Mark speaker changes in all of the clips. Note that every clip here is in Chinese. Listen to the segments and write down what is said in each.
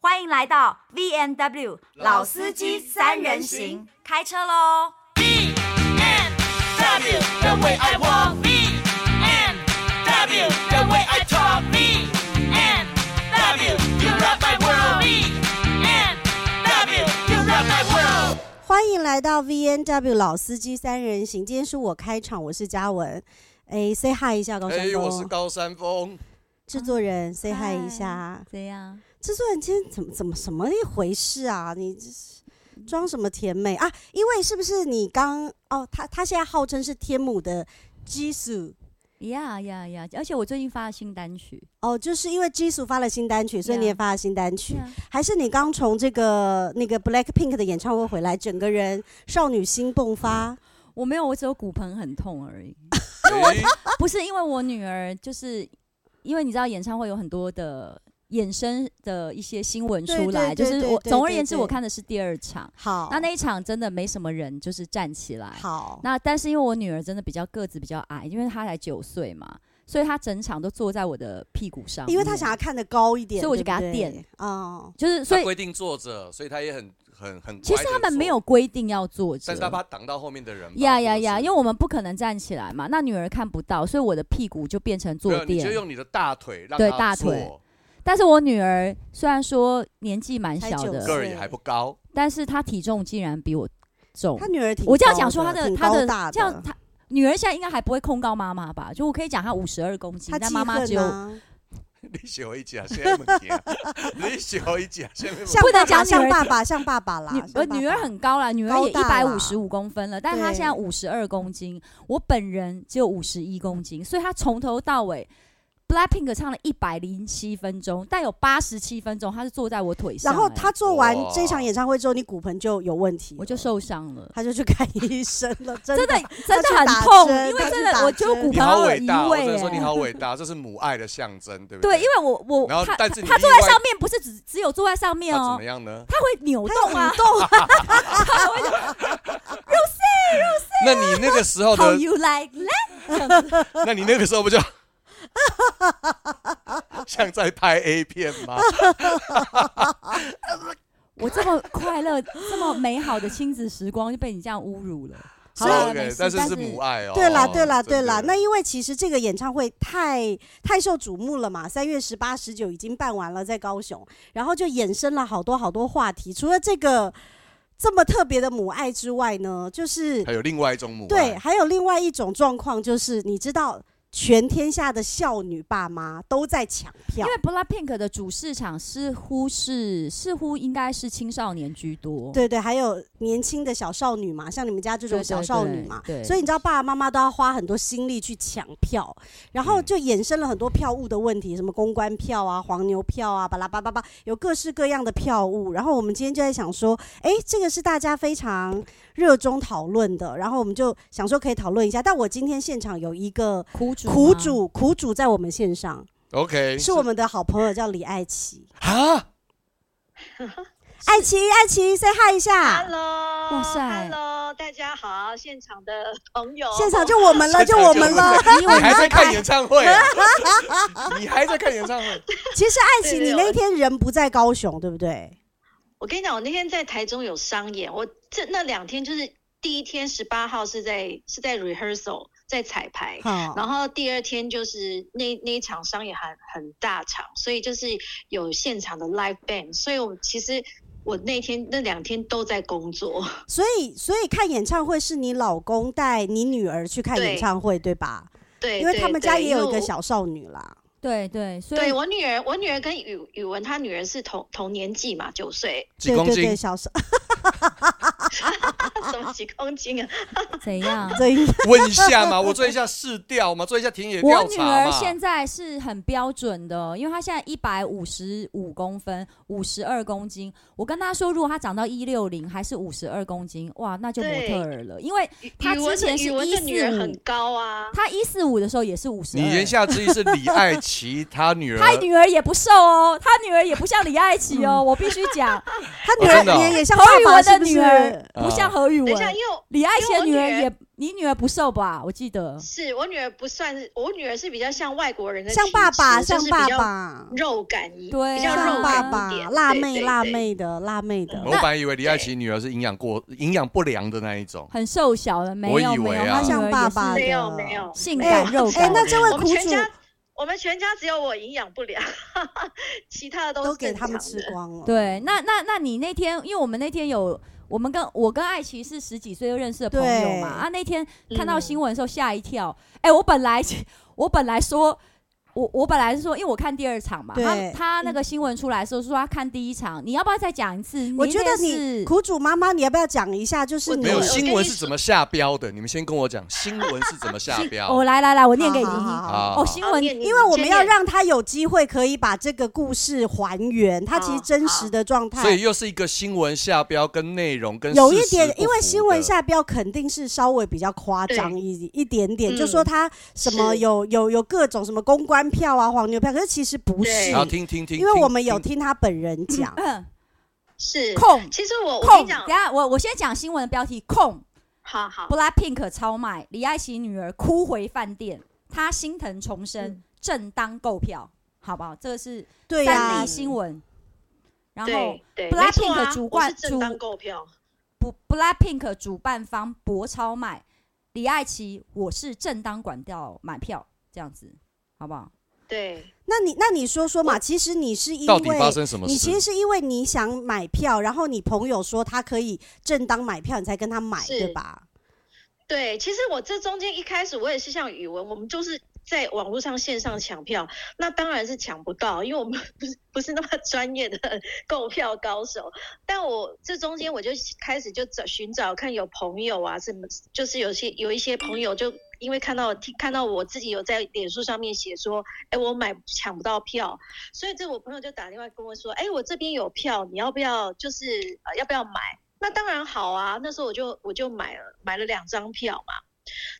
Speaker 1: 欢迎来到 V N W 老司机三人行，开车喽！
Speaker 2: BMW, the way I walk. BMW, the way I talk. BMW, you rock my world. BMW, you rock my world.
Speaker 3: 欢迎来到 V N W 老司机三人行，今天是我开场，我是嘉文。哎，say hi 一下高
Speaker 4: 哎、
Speaker 3: 山
Speaker 4: 我
Speaker 3: 峰
Speaker 5: 哦
Speaker 4: 是，高山峰，
Speaker 3: 制作人，say hi 一下。
Speaker 1: 怎样？
Speaker 3: 制作人今天怎么怎么什么一回事啊？你这是装什么甜美啊？因为是不是你刚哦？他他现在号称是天母的 Jisoo
Speaker 5: 呀呀呀！而且我最近发了新单曲，
Speaker 3: 哦，就是因为 Jisoo 发了新单曲，所以你也
Speaker 5: Yeah
Speaker 3: 发了新单曲。
Speaker 5: Yeah
Speaker 3: 还是你刚从这个那个 Black Pink 的演唱会回来，整个人少女心迸发？
Speaker 5: 我没有，我只有骨盆很痛而已。
Speaker 4: 哎
Speaker 3: 啊
Speaker 5: 不是因为我女儿，就是因为你知道演唱会有很多的衍生的一些新闻出来，
Speaker 3: 对
Speaker 5: 就
Speaker 3: 对对
Speaker 5: 是我
Speaker 3: 对对
Speaker 5: 总而言之，
Speaker 3: 对对
Speaker 5: 我看的是第二场。
Speaker 3: 好，
Speaker 5: 那那一场真的没什么人，就是站起来。
Speaker 3: 好，
Speaker 5: 那但是因为我女儿真的比较个子比较矮，因为她才九岁嘛，所以她整场都坐在我的屁股上面，
Speaker 3: 因为他想要看得高一点，
Speaker 5: 嗯所以我就
Speaker 3: 对不
Speaker 5: 给他
Speaker 3: 对
Speaker 5: 垫
Speaker 3: 哦，
Speaker 5: 就是所
Speaker 4: 他
Speaker 5: 以
Speaker 4: 规定坐着，所以他也很很很。
Speaker 5: 其实他们没有，规定要坐着，
Speaker 4: 但是他怕挡到后面的人吧。
Speaker 5: 呀呀呀！因为
Speaker 4: 为
Speaker 5: 我们不可能站起来嘛，那女儿看不到，所以我的屁股就变成坐
Speaker 4: 你就
Speaker 5: 垫。
Speaker 4: 用你的大腿让
Speaker 5: 对
Speaker 4: 他
Speaker 5: 大
Speaker 4: 坐
Speaker 5: 腿，但是我女儿虽然说年纪蛮小
Speaker 3: 才九
Speaker 4: 个
Speaker 3: 岁
Speaker 5: 的，
Speaker 4: 儿也还不高，
Speaker 5: 但是她体重竟然比我重
Speaker 3: 他。女儿挺
Speaker 5: 嗯我这样
Speaker 3: 高
Speaker 5: 讲说她
Speaker 3: 的挺
Speaker 5: 她
Speaker 3: 高
Speaker 5: 的
Speaker 3: 大
Speaker 5: 这样她女儿现在应该还不会控告妈妈吧？就我可以讲她五十二公斤
Speaker 3: 他，
Speaker 5: 但
Speaker 3: 记
Speaker 5: 妈嗯妈
Speaker 3: 恨
Speaker 5: 只有
Speaker 3: 啊
Speaker 4: 你小一甲，现在不行，啊你小一甲，现在
Speaker 3: 像
Speaker 5: 不能
Speaker 3: 爸爸
Speaker 5: 讲女
Speaker 3: 像
Speaker 5: 儿
Speaker 3: 爸爸像爸爸啦，
Speaker 5: 女
Speaker 3: 像
Speaker 5: 呃
Speaker 3: 爸
Speaker 5: 女儿
Speaker 3: 爸
Speaker 5: 很高了，女儿也一
Speaker 3: 高大
Speaker 5: 百
Speaker 3: 啦
Speaker 5: 五十五公分了，但是她
Speaker 3: 对
Speaker 5: 现在五十二公斤，我本人只有五十一公斤，所以她从头到尾。Blackpink 唱了一百零七分钟，但有八十七分钟她是坐在我腿上、
Speaker 3: 然后
Speaker 5: 哎
Speaker 3: 他做完
Speaker 4: 哇
Speaker 3: 这场演唱会之后，你骨盆就有问题了，
Speaker 5: 我就受伤了，
Speaker 3: 他就去看医生了， 真
Speaker 5: 真的
Speaker 3: 的
Speaker 5: 真的
Speaker 3: 去
Speaker 5: 很
Speaker 3: 打
Speaker 5: 痛，
Speaker 3: 针她
Speaker 5: 因为
Speaker 3: 去
Speaker 5: 真
Speaker 3: 打
Speaker 5: 的我就
Speaker 3: 针
Speaker 5: 骨
Speaker 4: 你
Speaker 5: 盆
Speaker 4: 好
Speaker 5: 有
Speaker 4: 伟
Speaker 5: 移
Speaker 4: 大，我
Speaker 5: 位、
Speaker 4: 真的说你
Speaker 5: 哎
Speaker 4: 好伟大，这是母爱的象征，对不
Speaker 5: 对，因
Speaker 4: 对，
Speaker 5: 为我我
Speaker 4: 然后
Speaker 5: 他他
Speaker 4: 但是
Speaker 5: 坐
Speaker 4: 你
Speaker 5: 在
Speaker 4: 意外
Speaker 5: 上面不是只只有坐在上面
Speaker 4: 他怎
Speaker 5: 哦
Speaker 4: 么，样呢？
Speaker 5: 他会扭动啊，
Speaker 4: 那你那个时候
Speaker 5: How
Speaker 4: 的
Speaker 5: you like that？
Speaker 4: 那你那个时候不就 像在拍 A 片吗？
Speaker 5: 我这么快乐、这么美好的亲子时光就被你这样侮辱了。
Speaker 3: 所以
Speaker 5: 好啦
Speaker 4: OK，
Speaker 5: 没事
Speaker 4: 但是
Speaker 5: 但
Speaker 4: 是母爱哦。
Speaker 3: 对啦，对啦，
Speaker 4: 真的
Speaker 3: 对啦。那因为其实这个演唱会太太受瞩目了嘛，三月十八、十九已经办完了，在高雄，然后就衍生了好多好多话题。除了这个这么特别的母爱之外呢，就是
Speaker 4: 还有另外一种母爱，
Speaker 3: 对，还有另外一种状况，就是你知道，全天下的少女爸妈都在抢票
Speaker 5: 因为。BLACKPINK 的主市场似乎是似乎应该是青少年居多，
Speaker 3: 对对，还有年轻的小少女嘛，像你们家这种
Speaker 5: 对对
Speaker 3: 小少女嘛，
Speaker 5: 对对
Speaker 3: 所以你知道爸爸妈妈都要花很多心力去抢票，然后
Speaker 4: 嗯
Speaker 3: 就衍生了很多票务的问题，什么公关票啊、黄牛票啊，巴拉巴拉巴拉，有各式各样的票务。然后我们今天就在想说，哎，这个是大家非常热衷讨论的，然后我们就想说可以讨论一下。但我今天现场有一个
Speaker 5: 苦主
Speaker 3: 苦
Speaker 5: 吗，
Speaker 3: 主，苦主在我们线上，
Speaker 4: OK，
Speaker 3: 是我们的好朋友，叫李爱琪。
Speaker 4: 啊，
Speaker 3: 爱琪，爱琪，say hi 一下。
Speaker 6: Hello，
Speaker 5: 哇塞
Speaker 6: h e l l o 大家好，现场的朋友，
Speaker 3: 现场就我们了，就我们了。
Speaker 4: 你 还在看演唱会啊？ 你还在看演唱会？
Speaker 3: 其实爱
Speaker 6: 对
Speaker 3: 情，
Speaker 6: 对
Speaker 3: 你
Speaker 6: 我
Speaker 3: 那一天人不在高雄，对不对？
Speaker 6: 我跟你讲，我那天在台中有商演，我这那两天就是第一天十八号是在是在 rehearsal 在彩排。然
Speaker 3: 好，
Speaker 6: 后第二天就是那那一场商演很很大场，所以就是有现场的 live band，所以我其实我那天那两天都在工作，
Speaker 3: 所以所以看演唱会是你老公带你女儿去看
Speaker 6: 对
Speaker 3: 演唱会，对吧？
Speaker 6: 对，
Speaker 3: 因为
Speaker 6: 对
Speaker 3: 他们家
Speaker 6: 对
Speaker 3: 也有一
Speaker 6: 因
Speaker 3: 个
Speaker 6: 为我
Speaker 3: 小少女啦。
Speaker 5: 对对，所以
Speaker 6: 对我女儿，我女儿跟宇宇文她女儿是同同年纪嘛，九岁，
Speaker 4: 几
Speaker 3: 对
Speaker 4: 公
Speaker 3: 对对，
Speaker 4: 斤？
Speaker 3: 小少？
Speaker 6: 什么几公斤啊？
Speaker 5: 怎样
Speaker 3: 对，
Speaker 4: 问一下嘛，我做一下试调嘛，做一下田野
Speaker 5: 我
Speaker 4: 调
Speaker 5: 女
Speaker 4: 查
Speaker 5: 儿
Speaker 4: 嘛。
Speaker 5: 现在是很标准的哦，因为她现在一百五十五公分，五十二公斤。我跟她说，如果她长到一六零还是五十二公斤，哇，那就模
Speaker 6: 对
Speaker 5: 特儿了。因为
Speaker 6: 宇
Speaker 5: 她
Speaker 6: 宇文
Speaker 5: 之
Speaker 6: 的
Speaker 5: 前是
Speaker 6: 宇文的女儿
Speaker 5: 145
Speaker 6: 很高啊，
Speaker 5: 她一四五的时候也是五十
Speaker 4: 你言
Speaker 5: 二，
Speaker 4: 下之意是李爱琪她女儿
Speaker 5: 她女儿也不瘦哦，她女儿也不像李爱琪
Speaker 6: 嗯
Speaker 5: 哦，我必须 讲，
Speaker 3: 他女
Speaker 4: 哦真的
Speaker 3: 儿
Speaker 4: 哦
Speaker 3: 也也像
Speaker 5: 侯
Speaker 3: 爸
Speaker 5: 宇
Speaker 3: 爸
Speaker 5: 文
Speaker 3: 是
Speaker 5: 的
Speaker 3: 不
Speaker 5: 女儿
Speaker 3: 是？
Speaker 4: 啊
Speaker 5: 不像何宇
Speaker 6: 等
Speaker 5: 文
Speaker 6: 一。下，因为
Speaker 5: 李爱
Speaker 6: 因
Speaker 5: 琪
Speaker 6: 为
Speaker 5: 的
Speaker 6: 我
Speaker 5: 女儿
Speaker 6: 女儿
Speaker 5: 也你女儿不瘦吧？我记得
Speaker 6: 是我女儿不算是，我女儿是比较像外国人的
Speaker 3: 像
Speaker 6: 体
Speaker 3: 爸
Speaker 6: 质
Speaker 3: 爸，
Speaker 6: 就
Speaker 3: 像
Speaker 6: 是
Speaker 3: 爸
Speaker 6: 比较
Speaker 3: 爸，
Speaker 6: 肉感一，
Speaker 5: 对
Speaker 6: 比较
Speaker 5: 啊
Speaker 3: 像
Speaker 6: 肉
Speaker 3: 爸
Speaker 6: 感
Speaker 3: 爸
Speaker 6: 一点，，
Speaker 3: 辣
Speaker 6: 对
Speaker 3: 妹，
Speaker 6: 对
Speaker 3: 辣
Speaker 6: 对
Speaker 3: 妹的，辣妹的。
Speaker 4: 我本来以为李爱琪女儿是营养过、营养不良的那一种，
Speaker 5: 很瘦小的，没
Speaker 4: 我
Speaker 5: 有
Speaker 4: 以
Speaker 5: 没
Speaker 4: 为
Speaker 5: 有，
Speaker 4: 啊
Speaker 5: 她
Speaker 3: 像
Speaker 5: 女儿
Speaker 3: 爸
Speaker 5: 也
Speaker 3: 爸
Speaker 5: 是
Speaker 6: 没有
Speaker 3: 的
Speaker 6: 没有
Speaker 5: 性
Speaker 6: 没
Speaker 5: 感
Speaker 6: 有
Speaker 5: 肉
Speaker 3: 哎，
Speaker 5: 感
Speaker 3: 那这位
Speaker 6: 我们
Speaker 3: 苦
Speaker 6: 全
Speaker 3: 主
Speaker 6: 家我们全家只有我营养不良， 其他的都
Speaker 3: 都
Speaker 6: 是
Speaker 3: 给
Speaker 6: 正
Speaker 3: 他们
Speaker 6: 常
Speaker 3: 吃
Speaker 6: 的
Speaker 3: 光了。
Speaker 5: 对，那那那你那天，因为我们那天有。我们跟我跟爱琪是十几岁就认识的朋友嘛，
Speaker 3: 对嗯
Speaker 5: 啊，那天看到新闻的时候吓一跳，哎、我本来我本来说，我我本来是说，因为我看第二场嘛，他
Speaker 3: 对
Speaker 5: 他那个新闻出来的时候说他看第一场，你要不要再讲一次？
Speaker 3: 我觉得
Speaker 5: 那是
Speaker 3: 你苦主妈妈，你要不要讲一下？就是
Speaker 6: 我
Speaker 3: 你
Speaker 4: 没有
Speaker 6: 我
Speaker 4: 新闻是怎么下标的？你们先跟我讲新闻是怎么下标。
Speaker 5: 哦，来来来，我念给你
Speaker 3: 好
Speaker 5: 听。
Speaker 3: 好好
Speaker 4: 好
Speaker 5: 哦，新
Speaker 6: 好
Speaker 5: 闻
Speaker 6: 念你
Speaker 3: 因为我们
Speaker 6: 先
Speaker 3: 要
Speaker 6: 念
Speaker 3: 让他有机会可以把这个故事还原，他其实
Speaker 6: 好
Speaker 3: 真实的状
Speaker 4: 所以
Speaker 3: 态。
Speaker 4: 又是一个新闻下标跟内容跟
Speaker 3: 有一
Speaker 4: 事实
Speaker 3: 点
Speaker 4: 不，符
Speaker 3: 因为新闻
Speaker 4: 的
Speaker 3: 下标肯定是稍微比较夸张
Speaker 6: 对
Speaker 3: 一一点点，
Speaker 6: 嗯
Speaker 3: 就说他什么
Speaker 6: 是
Speaker 3: 有有有各种什么公关票啊、黄牛票，可是其实不是
Speaker 6: 对
Speaker 4: 然，后听听听，
Speaker 3: 因为我们有
Speaker 4: 听
Speaker 3: 听他本人 讲，
Speaker 5: 嗯
Speaker 6: 是
Speaker 5: 控
Speaker 6: 其实我我跟
Speaker 5: 控，等
Speaker 6: 你讲
Speaker 5: 一，下我我先讲新闻的标题：控
Speaker 6: 好好
Speaker 5: BLACKPINK 超卖，李爱琪女儿哭回饭店，她心疼重生，正当购票，好不好？这个是
Speaker 3: 嗯对
Speaker 5: 三
Speaker 3: 呀
Speaker 5: 立，新闻。然后
Speaker 6: 对对，没错
Speaker 5: BLACKPINK
Speaker 6: 啊，
Speaker 5: 主
Speaker 6: 我
Speaker 5: 办
Speaker 6: 是正当
Speaker 5: 主
Speaker 6: 购票，
Speaker 5: 不 BLACKPINK 主办方博超卖，李爱琪我是正当管道买票，这样子好不好？
Speaker 6: 对
Speaker 3: 那你那你说说嘛，其实你是因
Speaker 4: 到底发
Speaker 3: 为
Speaker 4: 生什么事？
Speaker 3: 你其实是因为你想买票，然后你朋友说他可以正当买票，你才跟他买，
Speaker 6: 是
Speaker 3: 对吧？
Speaker 6: 对，其实我这中间一开始我也是像语文，我们就是。在网络上线上抢票，那当然是抢不到，因为我们 不是不是那么专业的 购票高手。但我这中间我就开始就找寻找看有朋友啊什么，就是有些有一些朋友就因为看到听看到我自己有在脸书上面写说，哎，我买抢不到票，所以这我朋友就打电话跟我说，哎，我这边有票，你要不要就是呃要不要买？那当然好啊，那时候我就我就买了买了两张票嘛。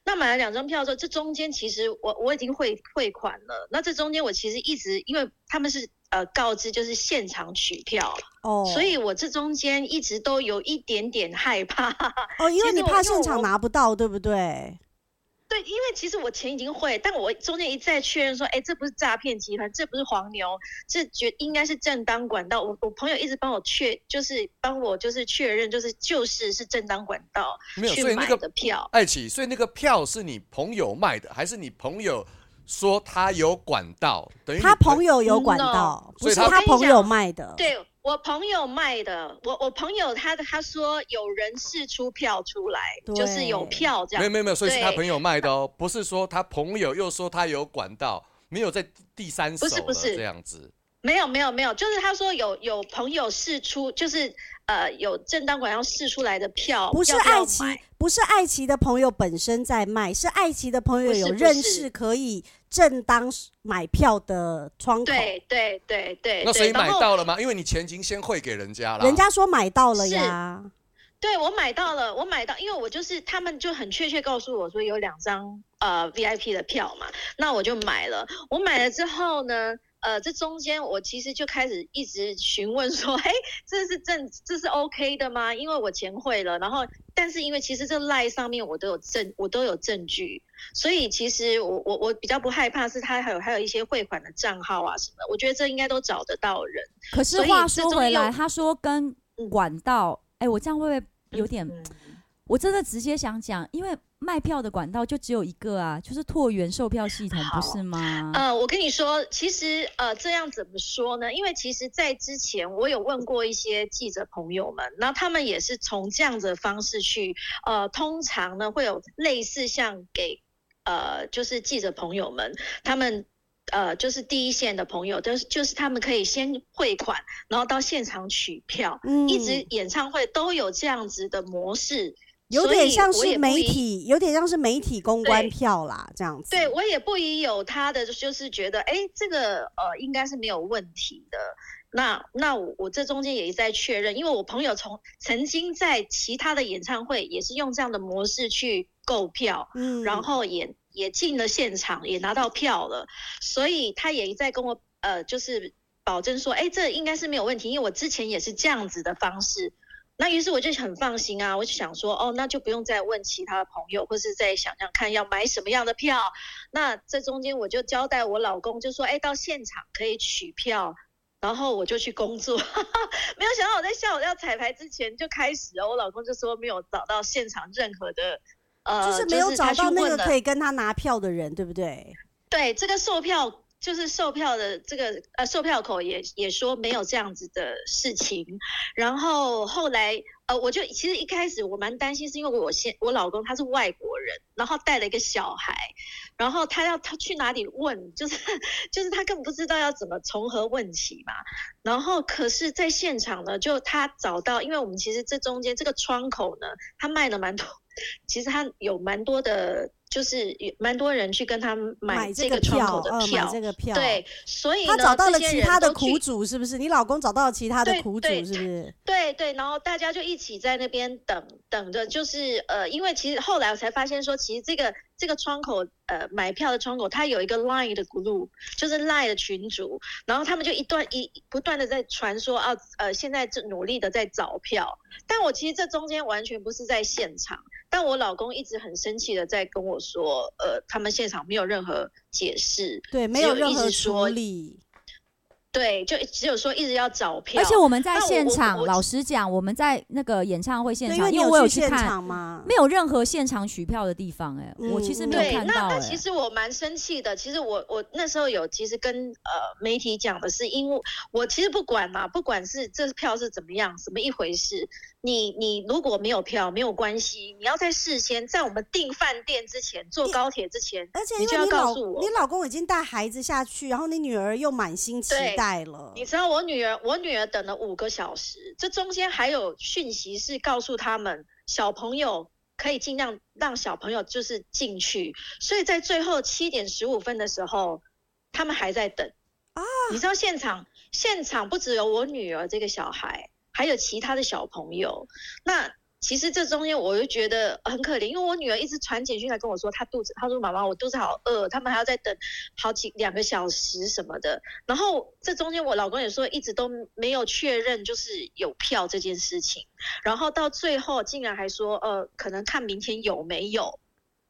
Speaker 6: 那买了两张票之后，这中间其实我我已经汇汇款了。那这中间我其实一直因为他们是呃告知就是现场取票，
Speaker 3: 哦，
Speaker 6: 所以我这中间一直都有一点点害怕。
Speaker 3: 哦，因为
Speaker 6: 其
Speaker 3: 你
Speaker 6: 实我
Speaker 3: 怕
Speaker 6: 因为
Speaker 3: 现场
Speaker 6: 我
Speaker 3: 拿不到，对不对？
Speaker 6: 对，因为其实我钱已经汇，但我中间一再确认说，哎，这不是诈骗集团，这不是黄牛，这绝应该是正当管道。我我朋友一直帮我确，就是帮我就是确认，就是就是是正当管道
Speaker 4: 没有，所
Speaker 6: 去
Speaker 4: 以那
Speaker 6: 买
Speaker 4: 个
Speaker 6: 的票。
Speaker 4: 爱奇，所以那个票是你朋友卖的，还是你朋友说他有管道？等于你
Speaker 3: 他朋友有管
Speaker 6: No
Speaker 3: 道，不
Speaker 4: 所以
Speaker 3: 是
Speaker 4: 他
Speaker 3: 他
Speaker 6: 我跟你
Speaker 3: 朋友
Speaker 6: 讲
Speaker 3: 卖的。
Speaker 6: 对我朋友卖的，我我朋友他他说有人试出票出来，就是有
Speaker 3: 对
Speaker 6: 票这
Speaker 4: 没有
Speaker 6: 样。
Speaker 4: 没有没有，所以是他
Speaker 6: 对
Speaker 4: 朋友卖的哦，不是说他朋友又说他有管道，没有在第三手
Speaker 6: 不是不
Speaker 4: 了
Speaker 6: 是
Speaker 4: 这样子。
Speaker 6: 没有没有没有，就是他说有有朋友试出，就是呃有正当管道试出来的票，
Speaker 3: 不是
Speaker 6: 要要
Speaker 3: 爱奇
Speaker 6: 买，
Speaker 3: 不是爱奇的朋友本身在卖，是爱奇的朋友
Speaker 6: 不是
Speaker 3: 有
Speaker 6: 不
Speaker 3: 认
Speaker 6: 是
Speaker 3: 识可以正当买票的窗口，
Speaker 6: 对对对对，
Speaker 4: 那所
Speaker 6: 哎对
Speaker 4: 以
Speaker 6: 然
Speaker 4: 买
Speaker 6: 后
Speaker 4: 到了吗？因为你钱已经先汇给人家了，
Speaker 3: 人家说买到了
Speaker 6: 是
Speaker 3: 呀。
Speaker 6: 对我买到了，我买到，因为我就是他们就很确切告诉我说有两张呃 VIP 的票嘛，那我就买了。我买了之后呢，呃，这中间我其实就开始一直询问说， 哎，这是正这是 OK 的吗？因为我钱汇了，然后但是因为其实这赖上面我都有证，我都有证据，所以其实我我我比较不害怕是他还有还有一些汇款的账号啊什么的，我觉得这应该都找得到人。
Speaker 5: 可是
Speaker 6: 所以
Speaker 5: 话
Speaker 6: 这
Speaker 5: 说
Speaker 6: 中
Speaker 5: 回
Speaker 6: 间又
Speaker 5: 来，他说跟管道，哎、我这样会不会有点？
Speaker 6: 嗯
Speaker 5: 我真的直接想讲，因为卖票的管道就只有一个啊，就是拓元售票系统，
Speaker 6: 好
Speaker 5: 不是吗？
Speaker 6: 呃，我跟你说，其实呃，这样怎么说呢？因为其实，在之前我有问过一些记者朋友们，那他们也是从这样子的方式去，呃，通常呢会有类似像给呃，就是记者朋友们他们。呃，就是第一线的朋友，都是就是他们可以先汇款，然后到现场取票，
Speaker 3: 嗯，
Speaker 6: 一直演唱会都有这样子的模式，
Speaker 3: 有
Speaker 6: 所
Speaker 3: 点
Speaker 6: 以
Speaker 3: 像
Speaker 6: 我也
Speaker 3: 是
Speaker 6: 不
Speaker 3: 媒
Speaker 6: 一
Speaker 3: 体，有点像是媒体公关
Speaker 6: 对
Speaker 3: 票啦，这样子。
Speaker 6: 对我也不疑有他的，就是觉得，哎，这个呃应该是没有问题的。那那我我这中间也一再确认，因为我朋友从曾经在其他的演唱会也是用这样的模式去购票，
Speaker 3: 嗯，
Speaker 6: 然后也也进了现场，也拿到票了，所以他也一再跟我呃，就是保证说，哎，这应该是没有问题，因为我之前也是这样子的方式。那于是我就很放心啊，我就想说，哦，那就不用再问其他的朋友，或是再想想看要买什么样的票。那这中间我就交代我老公，就说，哎，到现场可以取票。然后我就去工作， 没有想到我在下午要彩排之前就开始了。我老公就说没有找到现场任何的，呃，
Speaker 3: 就是没有找
Speaker 6: 他去
Speaker 3: 到那
Speaker 6: 问
Speaker 3: 个
Speaker 6: 了
Speaker 3: 可以跟他拿票的人，对不对？
Speaker 6: 对，这个售票就是售票的这个呃售票口也也说没有这样子的事情，然后后来呃我就其实一开始我蛮担心，是因为我先我老公他是外国人，然后带了一个小孩，然后他要他去哪里问，就是就是他根本不知道要怎么从何问起嘛。然后可是，在现场呢，就他找到，因为我们其实这中间这个窗口呢，他卖了蛮多，其实他有蛮多的。就是有蛮多人去跟他买
Speaker 3: 这
Speaker 6: 这
Speaker 3: 个
Speaker 6: 个窗口的
Speaker 3: 呃，买这个票，
Speaker 6: 对，，所以
Speaker 3: 他
Speaker 6: 呢
Speaker 3: 找到
Speaker 6: 这
Speaker 3: 了
Speaker 6: 些
Speaker 3: 其
Speaker 6: 人
Speaker 3: 他的
Speaker 6: 都
Speaker 3: 苦
Speaker 6: 聚
Speaker 3: 主，是不是？你老公找到了其他的
Speaker 6: 对
Speaker 3: 苦主，
Speaker 6: 对
Speaker 3: 是不是？
Speaker 6: 对对，然后大家就一起在那边等等着，就是呃，因为其实后来我才发现说，其实这个这个窗口呃买票的窗口，它有一个 Line 的 group，就是 Line 的群组，然后他们就一段一不断的在传说啊呃，现在正努力的在找票，但我其实这中间完全不是在现场，但我老公一直很生气的在跟我说，呃，他们现场没有任何解释，
Speaker 3: 对，没有
Speaker 6: 只有
Speaker 3: 任
Speaker 6: 一
Speaker 3: 何
Speaker 6: 直
Speaker 3: 处
Speaker 6: 说
Speaker 3: 理，
Speaker 6: 对，就只有说一直要找票，
Speaker 5: 而且我们在
Speaker 6: 那我
Speaker 5: 现
Speaker 6: 我
Speaker 5: 场，
Speaker 6: 我
Speaker 5: 老实讲，我们在那个演唱会现
Speaker 3: 对，
Speaker 5: 场，
Speaker 3: 为你
Speaker 5: 因我有
Speaker 3: 去
Speaker 5: 去
Speaker 3: 现
Speaker 5: 看，
Speaker 3: 场嘛，
Speaker 5: 没有任何现场取票的地方、哎、我其实没有
Speaker 6: 嗯对，
Speaker 5: 看
Speaker 6: 那
Speaker 5: 到、
Speaker 6: 那
Speaker 3: 欸
Speaker 5: 哎，
Speaker 6: 其实我蛮生气的。其实我我那时候有其实跟呃媒体讲的是，因为我其实不管嘛，不管是这票是怎么样，怎么一回事，你你如果没有票没有关系，你要在事先在我们订饭店之前，坐
Speaker 3: 你
Speaker 6: 高铁之前，
Speaker 3: 而且
Speaker 6: 你
Speaker 3: 因
Speaker 6: 就
Speaker 3: 为
Speaker 6: 要
Speaker 3: 你
Speaker 6: 告
Speaker 3: 老
Speaker 6: 诉我
Speaker 3: 你。老公已经带孩子下去，然后你女儿又满心期
Speaker 6: 对
Speaker 3: 待了，
Speaker 6: 你知道我女儿，我女儿等了五个小时，这中间还有讯息是告诉他们小朋友可以尽量让小朋友就是进去，所以在最后七点十五分的时候，他们还在等
Speaker 3: 啊。
Speaker 6: 你知道现场现场不只有我女儿这个小孩，还有其他的小朋友。那其实这中间我就觉得很可怜，因为我女儿一直传简讯来跟我说她肚子，她说妈妈我肚子好饿，他们还要再等好几两个小时什么的。然后这中间我老公也说一直都没有确认就是有票这件事情，然后到最后竟然还说呃可能看明天有没有。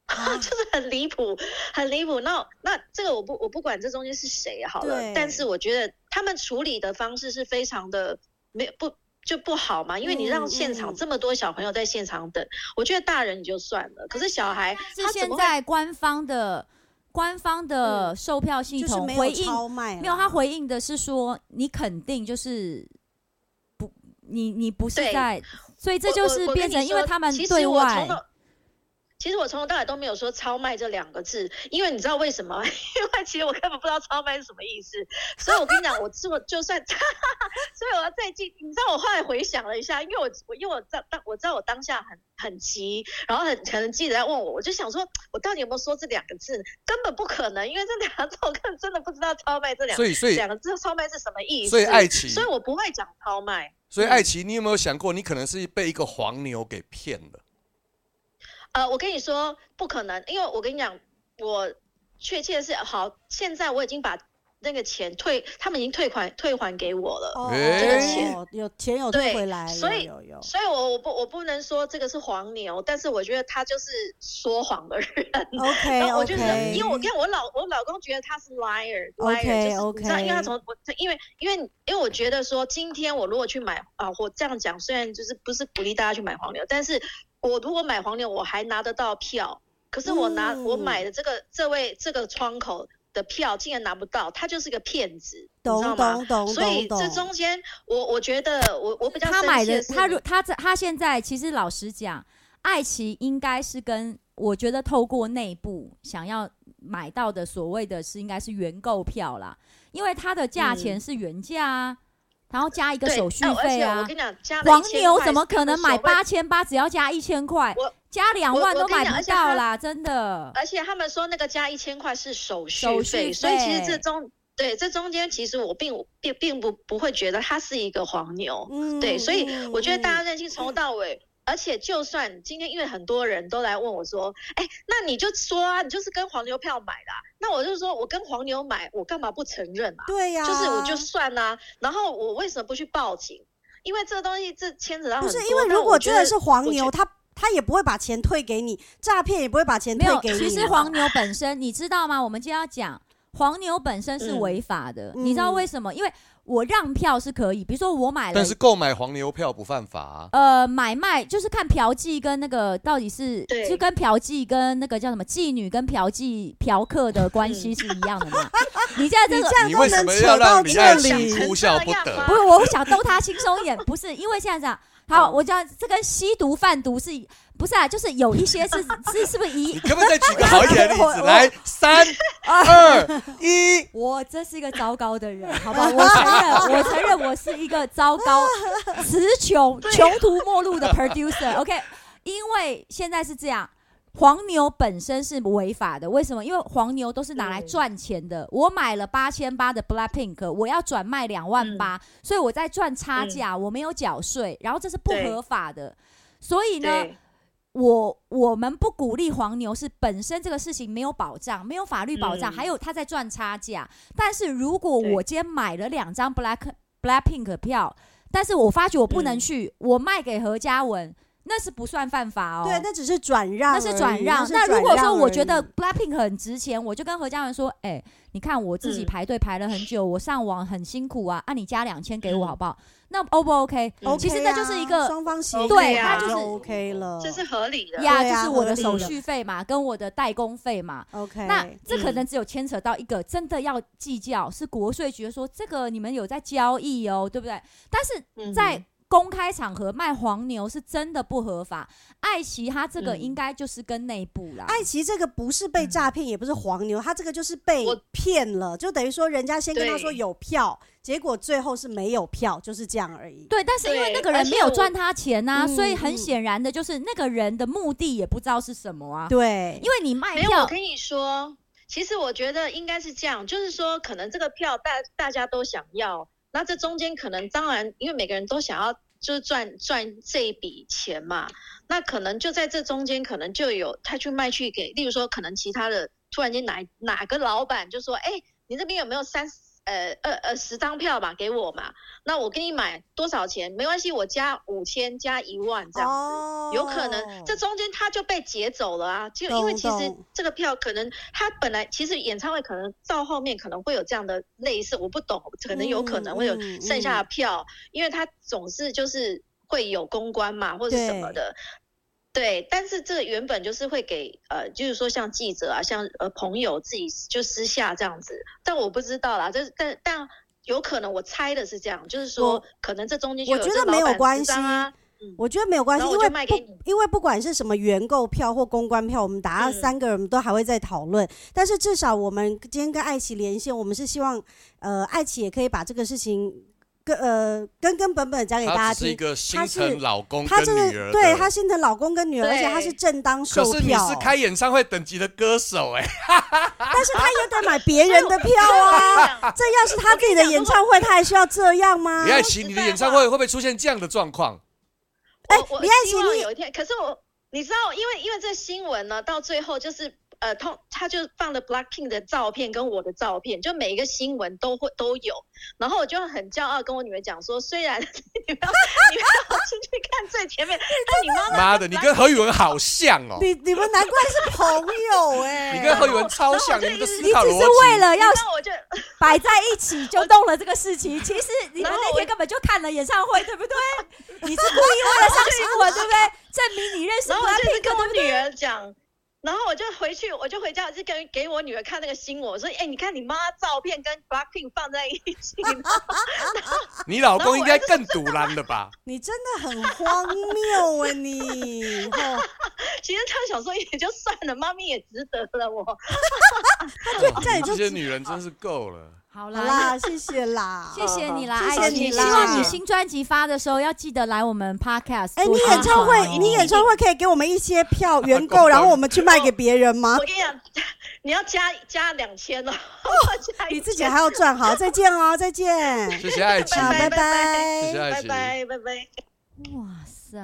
Speaker 6: 就是很离谱，很离谱。那那这个我不我不管这中间是谁好
Speaker 3: 对
Speaker 6: 了，但是我觉得他们处理的方式是非常的没有不就不好嘛，因为你
Speaker 3: 嗯
Speaker 6: 让现场
Speaker 3: 嗯
Speaker 6: 这么多小朋友在现场等，我觉得大人也就算了，可是小孩
Speaker 5: 是
Speaker 6: 他怎
Speaker 5: 现
Speaker 6: 么会
Speaker 5: 在官方的官方
Speaker 6: 嗯
Speaker 5: 的售票系
Speaker 3: 就是
Speaker 5: 统
Speaker 3: 没
Speaker 5: 回
Speaker 3: 有
Speaker 5: 应，
Speaker 3: 超卖
Speaker 6: 啊
Speaker 3: 啦，
Speaker 5: 没有他回应的是说你肯定就是不，你你不是
Speaker 6: 对
Speaker 5: 在，所以这
Speaker 6: 我
Speaker 5: 就
Speaker 6: 我
Speaker 5: 是
Speaker 6: 我跟
Speaker 5: 变
Speaker 6: 你
Speaker 5: 成因为
Speaker 6: 说
Speaker 5: 他们
Speaker 6: 其实
Speaker 5: 对
Speaker 6: 我从
Speaker 5: 外，
Speaker 6: 头其实我从头到尾都没有说“超卖”这两个字，因为你知道为什么？ 因为其实我根本不知道“超卖”是什么意思。所以我跟你讲，我做就算， 所以我要再进。你知道我后来回想了一下，因为我我因为我当当我知道我当下很很急，然后很可能记者在问我，我就想说，我到底有没有说这两个字？根本不可能，因为这两个字我根本真的不知道“超卖”这两
Speaker 4: 所以所以
Speaker 6: 两个字“超卖”是什么意思。
Speaker 4: 所以爱情
Speaker 6: 所以我嗯不会讲“超卖”。
Speaker 4: 所以爱奇，你有没有想过，你可能是被一个黄牛给骗了？
Speaker 6: 呃，我跟你说不可能，因为我跟你讲，我确切是好，现在我已经把那个钱退，他们已经退款退还给我了。
Speaker 3: 哦，
Speaker 4: 这
Speaker 6: 个钱
Speaker 3: 哦有钱有退
Speaker 6: 对
Speaker 3: 回来，
Speaker 6: 所以
Speaker 3: 有有有。
Speaker 6: 所以我我不我不能说这个是黄牛，但是我觉得他就是说谎的人。
Speaker 5: 哎
Speaker 3: OK
Speaker 6: 然后我就是
Speaker 3: OK，
Speaker 6: 因为我看我老我老公觉得他是 liar
Speaker 3: OK，
Speaker 6: liar，就是你知道，
Speaker 3: OK
Speaker 6: 因为他从我因为因为因为我觉得说今天我如果去买啊，我这样讲虽然就是不是鼓励大家去买黄牛，但是我如果买黄牛，我还拿得到票，可是我拿、我
Speaker 3: 嗯
Speaker 6: 买的这个这位这个窗口的票竟然拿不到，他就是个骗子，你知道
Speaker 3: 懂
Speaker 6: 吗？
Speaker 3: 懂懂
Speaker 6: 所以
Speaker 3: 懂
Speaker 6: 这
Speaker 3: 懂，
Speaker 6: 中间，我我觉得我我比较
Speaker 5: 他
Speaker 6: 生
Speaker 5: 买
Speaker 6: 气
Speaker 5: 的
Speaker 6: 是
Speaker 5: 他如他这他现在其实老实讲，爱奇应该是跟我觉得透过内部想要买到的所谓的是应该是原购票啦，因为它的价钱是原价啊，然后加一个
Speaker 6: 嗯对
Speaker 5: 手续
Speaker 6: 哎而
Speaker 5: 费
Speaker 6: 且
Speaker 5: 啊
Speaker 6: 我跟。你讲，加了
Speaker 5: 黄
Speaker 6: 1000
Speaker 5: 牛
Speaker 6: 块
Speaker 5: 怎么
Speaker 6: 是
Speaker 5: 可能
Speaker 6: 所
Speaker 5: 买
Speaker 6: 谓
Speaker 5: 八千八？只要加一千块
Speaker 6: 我，
Speaker 5: 加两
Speaker 6: 我
Speaker 5: 万
Speaker 6: 我
Speaker 5: 都
Speaker 6: 跟你
Speaker 5: 买
Speaker 6: 讲而
Speaker 5: 不
Speaker 6: 且
Speaker 5: 到
Speaker 6: 他
Speaker 5: 啦，真的。
Speaker 6: 而且他们说那个加一千块是手续
Speaker 5: 手
Speaker 6: 费，
Speaker 5: 续
Speaker 6: 所以其实
Speaker 5: 费
Speaker 6: 这中对这中间其实我并并并不不会觉得他是一个黄牛，
Speaker 3: 嗯
Speaker 6: 对，所以我觉得大家
Speaker 3: 家
Speaker 6: 认清从头到尾。而且，就算今天，因为很多人都来问我说：“哎，那你就说啊，你就是跟黄牛票买的啊、那我就说，我跟黄牛买，我干嘛不承认啊？啊
Speaker 3: 对呀，
Speaker 6: 就是我就算啦、然后我为什么不去报警？因为这个东西这牵扯到
Speaker 3: 不
Speaker 6: 很
Speaker 3: 是
Speaker 6: 多
Speaker 3: 因为
Speaker 6: 但
Speaker 3: 如
Speaker 6: 我
Speaker 3: 果
Speaker 6: 觉
Speaker 3: 真的
Speaker 6: 得
Speaker 3: 是黄
Speaker 6: 我觉
Speaker 3: 牛，
Speaker 6: 得
Speaker 3: 他他也不会把钱退给你，诈骗也不会把钱
Speaker 5: 没
Speaker 3: 退
Speaker 5: 有，
Speaker 3: 给你。
Speaker 5: 其实黄牛本身，你知道吗？我们今天要讲黄牛本身是违法的，
Speaker 3: 嗯
Speaker 5: 你知道为什么？因为我让票是可以，比如说我买了
Speaker 4: 但，是购买黄牛票不犯法啊、
Speaker 5: 呃，买卖就是看嫖妓跟那个到底是，
Speaker 6: 对
Speaker 5: 就跟嫖妓跟那个叫什么妓女跟嫖妓嫖客的关系是一样 的嘛？你现在这
Speaker 3: 你
Speaker 5: 个
Speaker 3: 这样
Speaker 4: 你
Speaker 3: 都
Speaker 4: 为什
Speaker 3: 能
Speaker 4: 么
Speaker 3: 扯
Speaker 4: 要
Speaker 3: 到
Speaker 4: 让李爱
Speaker 3: 这
Speaker 6: 想
Speaker 4: 琴
Speaker 3: 里，
Speaker 6: 成
Speaker 4: 哭笑
Speaker 6: 这
Speaker 4: 不
Speaker 6: 样
Speaker 4: 得
Speaker 6: 吗？
Speaker 5: 不是，我想逗他轻松一点，不是因为现在这样。好，
Speaker 3: 哦
Speaker 6: 嗯
Speaker 5: 我讲这跟吸毒贩毒是，不是啊？就是有一些 是是是不是一
Speaker 4: 你可不可以再举个好一点的例
Speaker 5: 我
Speaker 4: 子？
Speaker 5: 我
Speaker 4: 来，三二 一，
Speaker 5: 我真是一个糟糕的人， 好吧？我承认，我承认我是一个糟糕、词穷、穷途末路的 producer。OK，因为现在是这样。黄牛本身是违法的，为什么？因为黄牛都是拿来赚钱的。我买了八千八的 Blackpink，我要转卖两万八、
Speaker 6: 嗯
Speaker 5: 所以我在赚差价，我没有缴税，然后这是不
Speaker 6: 对
Speaker 5: 合法的。所以呢，
Speaker 6: 对
Speaker 5: 我我们不鼓励黄牛，是本身这个事情没有保障，没有法律保障，
Speaker 6: 嗯
Speaker 5: 还有他在赚差价。但是如果
Speaker 6: 对
Speaker 5: 我今天买了两张 Black Blackpink 票，但是我发觉我不能
Speaker 6: 嗯
Speaker 5: 去，我卖给何嘉文，那是不算犯法哦。
Speaker 3: 对，那只是转让而
Speaker 5: 那
Speaker 3: 已，
Speaker 5: 是转让。
Speaker 3: 是
Speaker 5: 那如
Speaker 3: 转
Speaker 5: 果说
Speaker 3: 让
Speaker 5: 我
Speaker 3: 而
Speaker 5: 觉得
Speaker 3: 已
Speaker 5: Blackpink 很值钱，我就跟何嘉文说：“哎、你看我自己
Speaker 6: 嗯
Speaker 5: 排队排了很久，我上网很辛苦啊，啊你加两千给我
Speaker 6: 嗯
Speaker 5: 好不好？那 O 不 OK？
Speaker 6: 嗯
Speaker 3: OK
Speaker 5: 其实那就是一
Speaker 3: 啊
Speaker 5: 个
Speaker 3: 双方协议，啊
Speaker 6: 对
Speaker 5: 它就是
Speaker 3: OK 了，
Speaker 6: 这是合理的。
Speaker 5: 呀，
Speaker 3: 对啊
Speaker 5: 就是我
Speaker 3: 合
Speaker 5: 的
Speaker 3: 理
Speaker 5: 手
Speaker 3: 的哎
Speaker 5: 续费嘛，跟我的代工费嘛。
Speaker 3: OK。
Speaker 5: 那这可
Speaker 6: 嗯
Speaker 5: 能只有牵扯到一个真的要计较，是国税局说这个你们有在交易哦，对不对？但是
Speaker 6: 嗯
Speaker 5: 在公开场合卖黄牛是真的不合法。爱奇他这个
Speaker 6: 嗯
Speaker 5: 应该就是跟内部啦，
Speaker 3: 爱哎奇这个不是
Speaker 5: 嗯
Speaker 3: 被诈骗，也不是黄牛，他这个就是被
Speaker 6: 我
Speaker 3: 骗了，就等于说人家先跟他说
Speaker 6: 对
Speaker 3: 有票，结果最后是没有票，就是这样而已。
Speaker 5: 对，但是因为
Speaker 6: 对
Speaker 5: 那个
Speaker 6: 而
Speaker 5: 人
Speaker 6: 且
Speaker 5: 没有
Speaker 6: 我
Speaker 5: 赚他钱呐、
Speaker 3: 嗯
Speaker 5: 所以很
Speaker 3: 嗯
Speaker 5: 显然的就是那个人的目的也不知道是什么啊。
Speaker 3: 对，
Speaker 5: 因为你卖
Speaker 6: 没有，我
Speaker 5: 票，
Speaker 6: 跟你说，其实我觉得应该是这样，就是说，可能这个票大大家都想要，那这中间可能当然，因为每个人都想要就是赚赚这一笔钱嘛，那可能就在这中间，可能就有他去卖去给，例如说，可能其他的突然间哪哪个老板就说，哎，你这边有没有三呃二呃十张票吧，给我嘛，那我给你买多少钱？没关系，我加五千加一万这样子。
Speaker 3: 哦
Speaker 6: 有可能这中间他就被劫走了啊！就因为
Speaker 3: 懂
Speaker 6: 其实
Speaker 3: 懂
Speaker 6: 这个票可能他本来其实演唱会可能到后面可能会有这样的类似，我不懂，可能有可能会有
Speaker 3: 嗯嗯
Speaker 6: 剩下的票，因为他总是就是会有公关嘛或者什么的。对，但是这个原本就是会给呃，就是说像记者啊，像呃朋友自己就私下这样子，但我不知道啦，这但但有可能我猜的是这样，就是说
Speaker 3: 我
Speaker 6: 可能这中间就
Speaker 3: 我
Speaker 6: 有
Speaker 3: 觉
Speaker 6: 这
Speaker 3: 得
Speaker 6: 老
Speaker 3: 没有
Speaker 6: 板
Speaker 3: 关
Speaker 6: 私章啊，嗯
Speaker 3: 我觉得没有关系，
Speaker 6: 然后
Speaker 3: 因
Speaker 6: 我就
Speaker 3: 为
Speaker 6: 卖
Speaker 3: 不
Speaker 6: 给你
Speaker 3: 因为不管是什么原购票或公关票，我们打
Speaker 6: 嗯
Speaker 3: 三个人都还会再讨论。但是至少我们今天跟爱奇连线，我们是希望呃爱奇也可以把这个事情跟呃根根本本地讲给大
Speaker 4: 他
Speaker 3: 家
Speaker 4: 只是一
Speaker 3: 听。
Speaker 4: 个心疼老公
Speaker 3: 他
Speaker 4: 跟
Speaker 3: 这
Speaker 4: 女儿的，
Speaker 3: 个对他心疼老公跟女儿，
Speaker 6: 对
Speaker 3: 而且他是正当售
Speaker 4: 可是你
Speaker 3: 票，啊
Speaker 4: 是开演唱会等级的歌手哎、
Speaker 3: 但是他也得买别人的票 啊。
Speaker 6: 啊
Speaker 3: 这要是他自己的演唱会，他还需要这样吗？
Speaker 4: 李爱琪，你的演唱会会不会出现这样的状况？
Speaker 3: 哎
Speaker 6: 我我
Speaker 3: 李爱
Speaker 6: 希
Speaker 3: 琪
Speaker 6: 望
Speaker 3: 你
Speaker 6: 有一天，可是我你知道，因为因为这新闻呢，到最后就是呃，通他就放了 Blackpink 的照片跟我的照片，就每一个新闻都会都有。然后我就很骄傲跟我女儿讲说，虽然 你们要你们要出去看最前面，哎但你妈妈
Speaker 4: 妈的，你跟何宇文好像哦、
Speaker 3: 你你们难怪是朋友哎、
Speaker 4: 你跟何宇文超像，
Speaker 6: 然
Speaker 4: 你
Speaker 6: 后我就
Speaker 4: 们的
Speaker 5: 你
Speaker 4: 思
Speaker 5: 只
Speaker 4: 考
Speaker 5: 是
Speaker 4: 逻辑。
Speaker 5: 为了要
Speaker 6: 那我就
Speaker 5: 摆在一起就动了这个事情。其实你们
Speaker 6: 然后
Speaker 5: 那
Speaker 6: 我
Speaker 5: 天根本就看了演唱会，对不 对？你是故意为了上新闻，对不对？证明你认识
Speaker 6: 然后我就是
Speaker 5: BLACKPINK，
Speaker 6: 跟
Speaker 5: 对
Speaker 6: 我
Speaker 5: 不
Speaker 6: 女
Speaker 5: 对？
Speaker 6: 儿讲，然后我就回去，我就回家就跟给我女儿看那个新闻，我说，哎、你看你妈照片跟 Blackpink 放在一起，
Speaker 4: 你老公应该更堵拦了 吧？
Speaker 3: 你真的很荒谬哎、 你！哦
Speaker 6: 其实她想说也就算了，妈咪也值得了我。
Speaker 4: 哦
Speaker 3: 这也
Speaker 4: 你
Speaker 3: 就
Speaker 4: 这些女人真是够了。
Speaker 5: 好
Speaker 3: 好啦，谢谢啦。
Speaker 5: 谢谢你啦，
Speaker 3: 好好
Speaker 5: 爱
Speaker 3: 谢谢
Speaker 5: 情
Speaker 3: 你
Speaker 5: 希望
Speaker 3: 啦
Speaker 5: 你新专辑发的时候要记得来我们 podcast
Speaker 3: 哎、
Speaker 5: 做
Speaker 3: 你
Speaker 5: 宣传哦。
Speaker 3: 演唱会，你演唱会可以给我们一些票原购，然后我们去卖给别人吗
Speaker 6: 我？跟你讲， 你要加加两千哦， 加
Speaker 3: 你自己
Speaker 6: 1000
Speaker 3: 还要赚，好，再见哦，再见，
Speaker 4: 谢谢爱情，
Speaker 3: 好，拜
Speaker 6: 拜拜
Speaker 3: 拜。
Speaker 4: 谢谢爱
Speaker 6: 拜
Speaker 4: 情。
Speaker 6: 拜拜拜。
Speaker 5: 哇塞，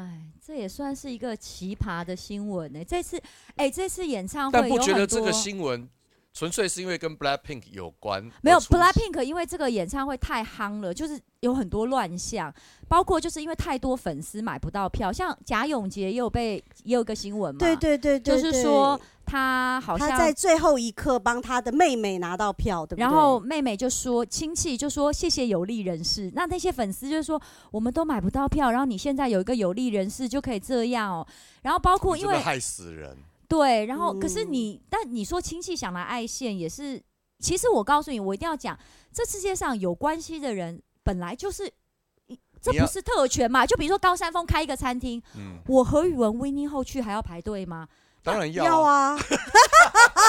Speaker 5: 这也算是欸一个奇葩的新闻呢、这次，哎、这次演唱会
Speaker 4: 但不
Speaker 5: 有
Speaker 4: 觉得
Speaker 5: 很
Speaker 4: 这
Speaker 5: 多
Speaker 4: 个新闻纯粹是因为跟 Blackpink 有关。
Speaker 5: 没有
Speaker 4: 而出席
Speaker 5: BLACKPINK，因为这个演唱会太夯了，就是有很多乱象，包括就是因为太多粉丝买不到票，像贾永杰也有被也有一个新闻嘛，
Speaker 3: 对对对对，
Speaker 5: 就是
Speaker 3: 对
Speaker 5: 说他好像
Speaker 3: 他在最后一刻帮他的妹妹拿到票，对不对？
Speaker 5: 然后妹妹就说，亲戚就说谢谢有利人士。那那些粉丝就说，我们都买不到票，然后你现在有一个有利人士就可以这样哦。然后包括
Speaker 4: 你
Speaker 5: 因
Speaker 4: 真的
Speaker 5: 为
Speaker 4: 害死人，
Speaker 5: 对，然后可是
Speaker 3: 嗯
Speaker 5: 你，但你说亲戚想来爱线也是，其实我告诉你，我一定要讲，这世界上有关系的人本来就是。这
Speaker 4: 你要
Speaker 5: 不是特权嘛？就比如说高山峰开一个餐厅，
Speaker 4: 嗯，
Speaker 5: 我何宇文 winning 后去还要排队吗？
Speaker 4: 当然要
Speaker 3: 要
Speaker 4: 啊，
Speaker 3: 啊，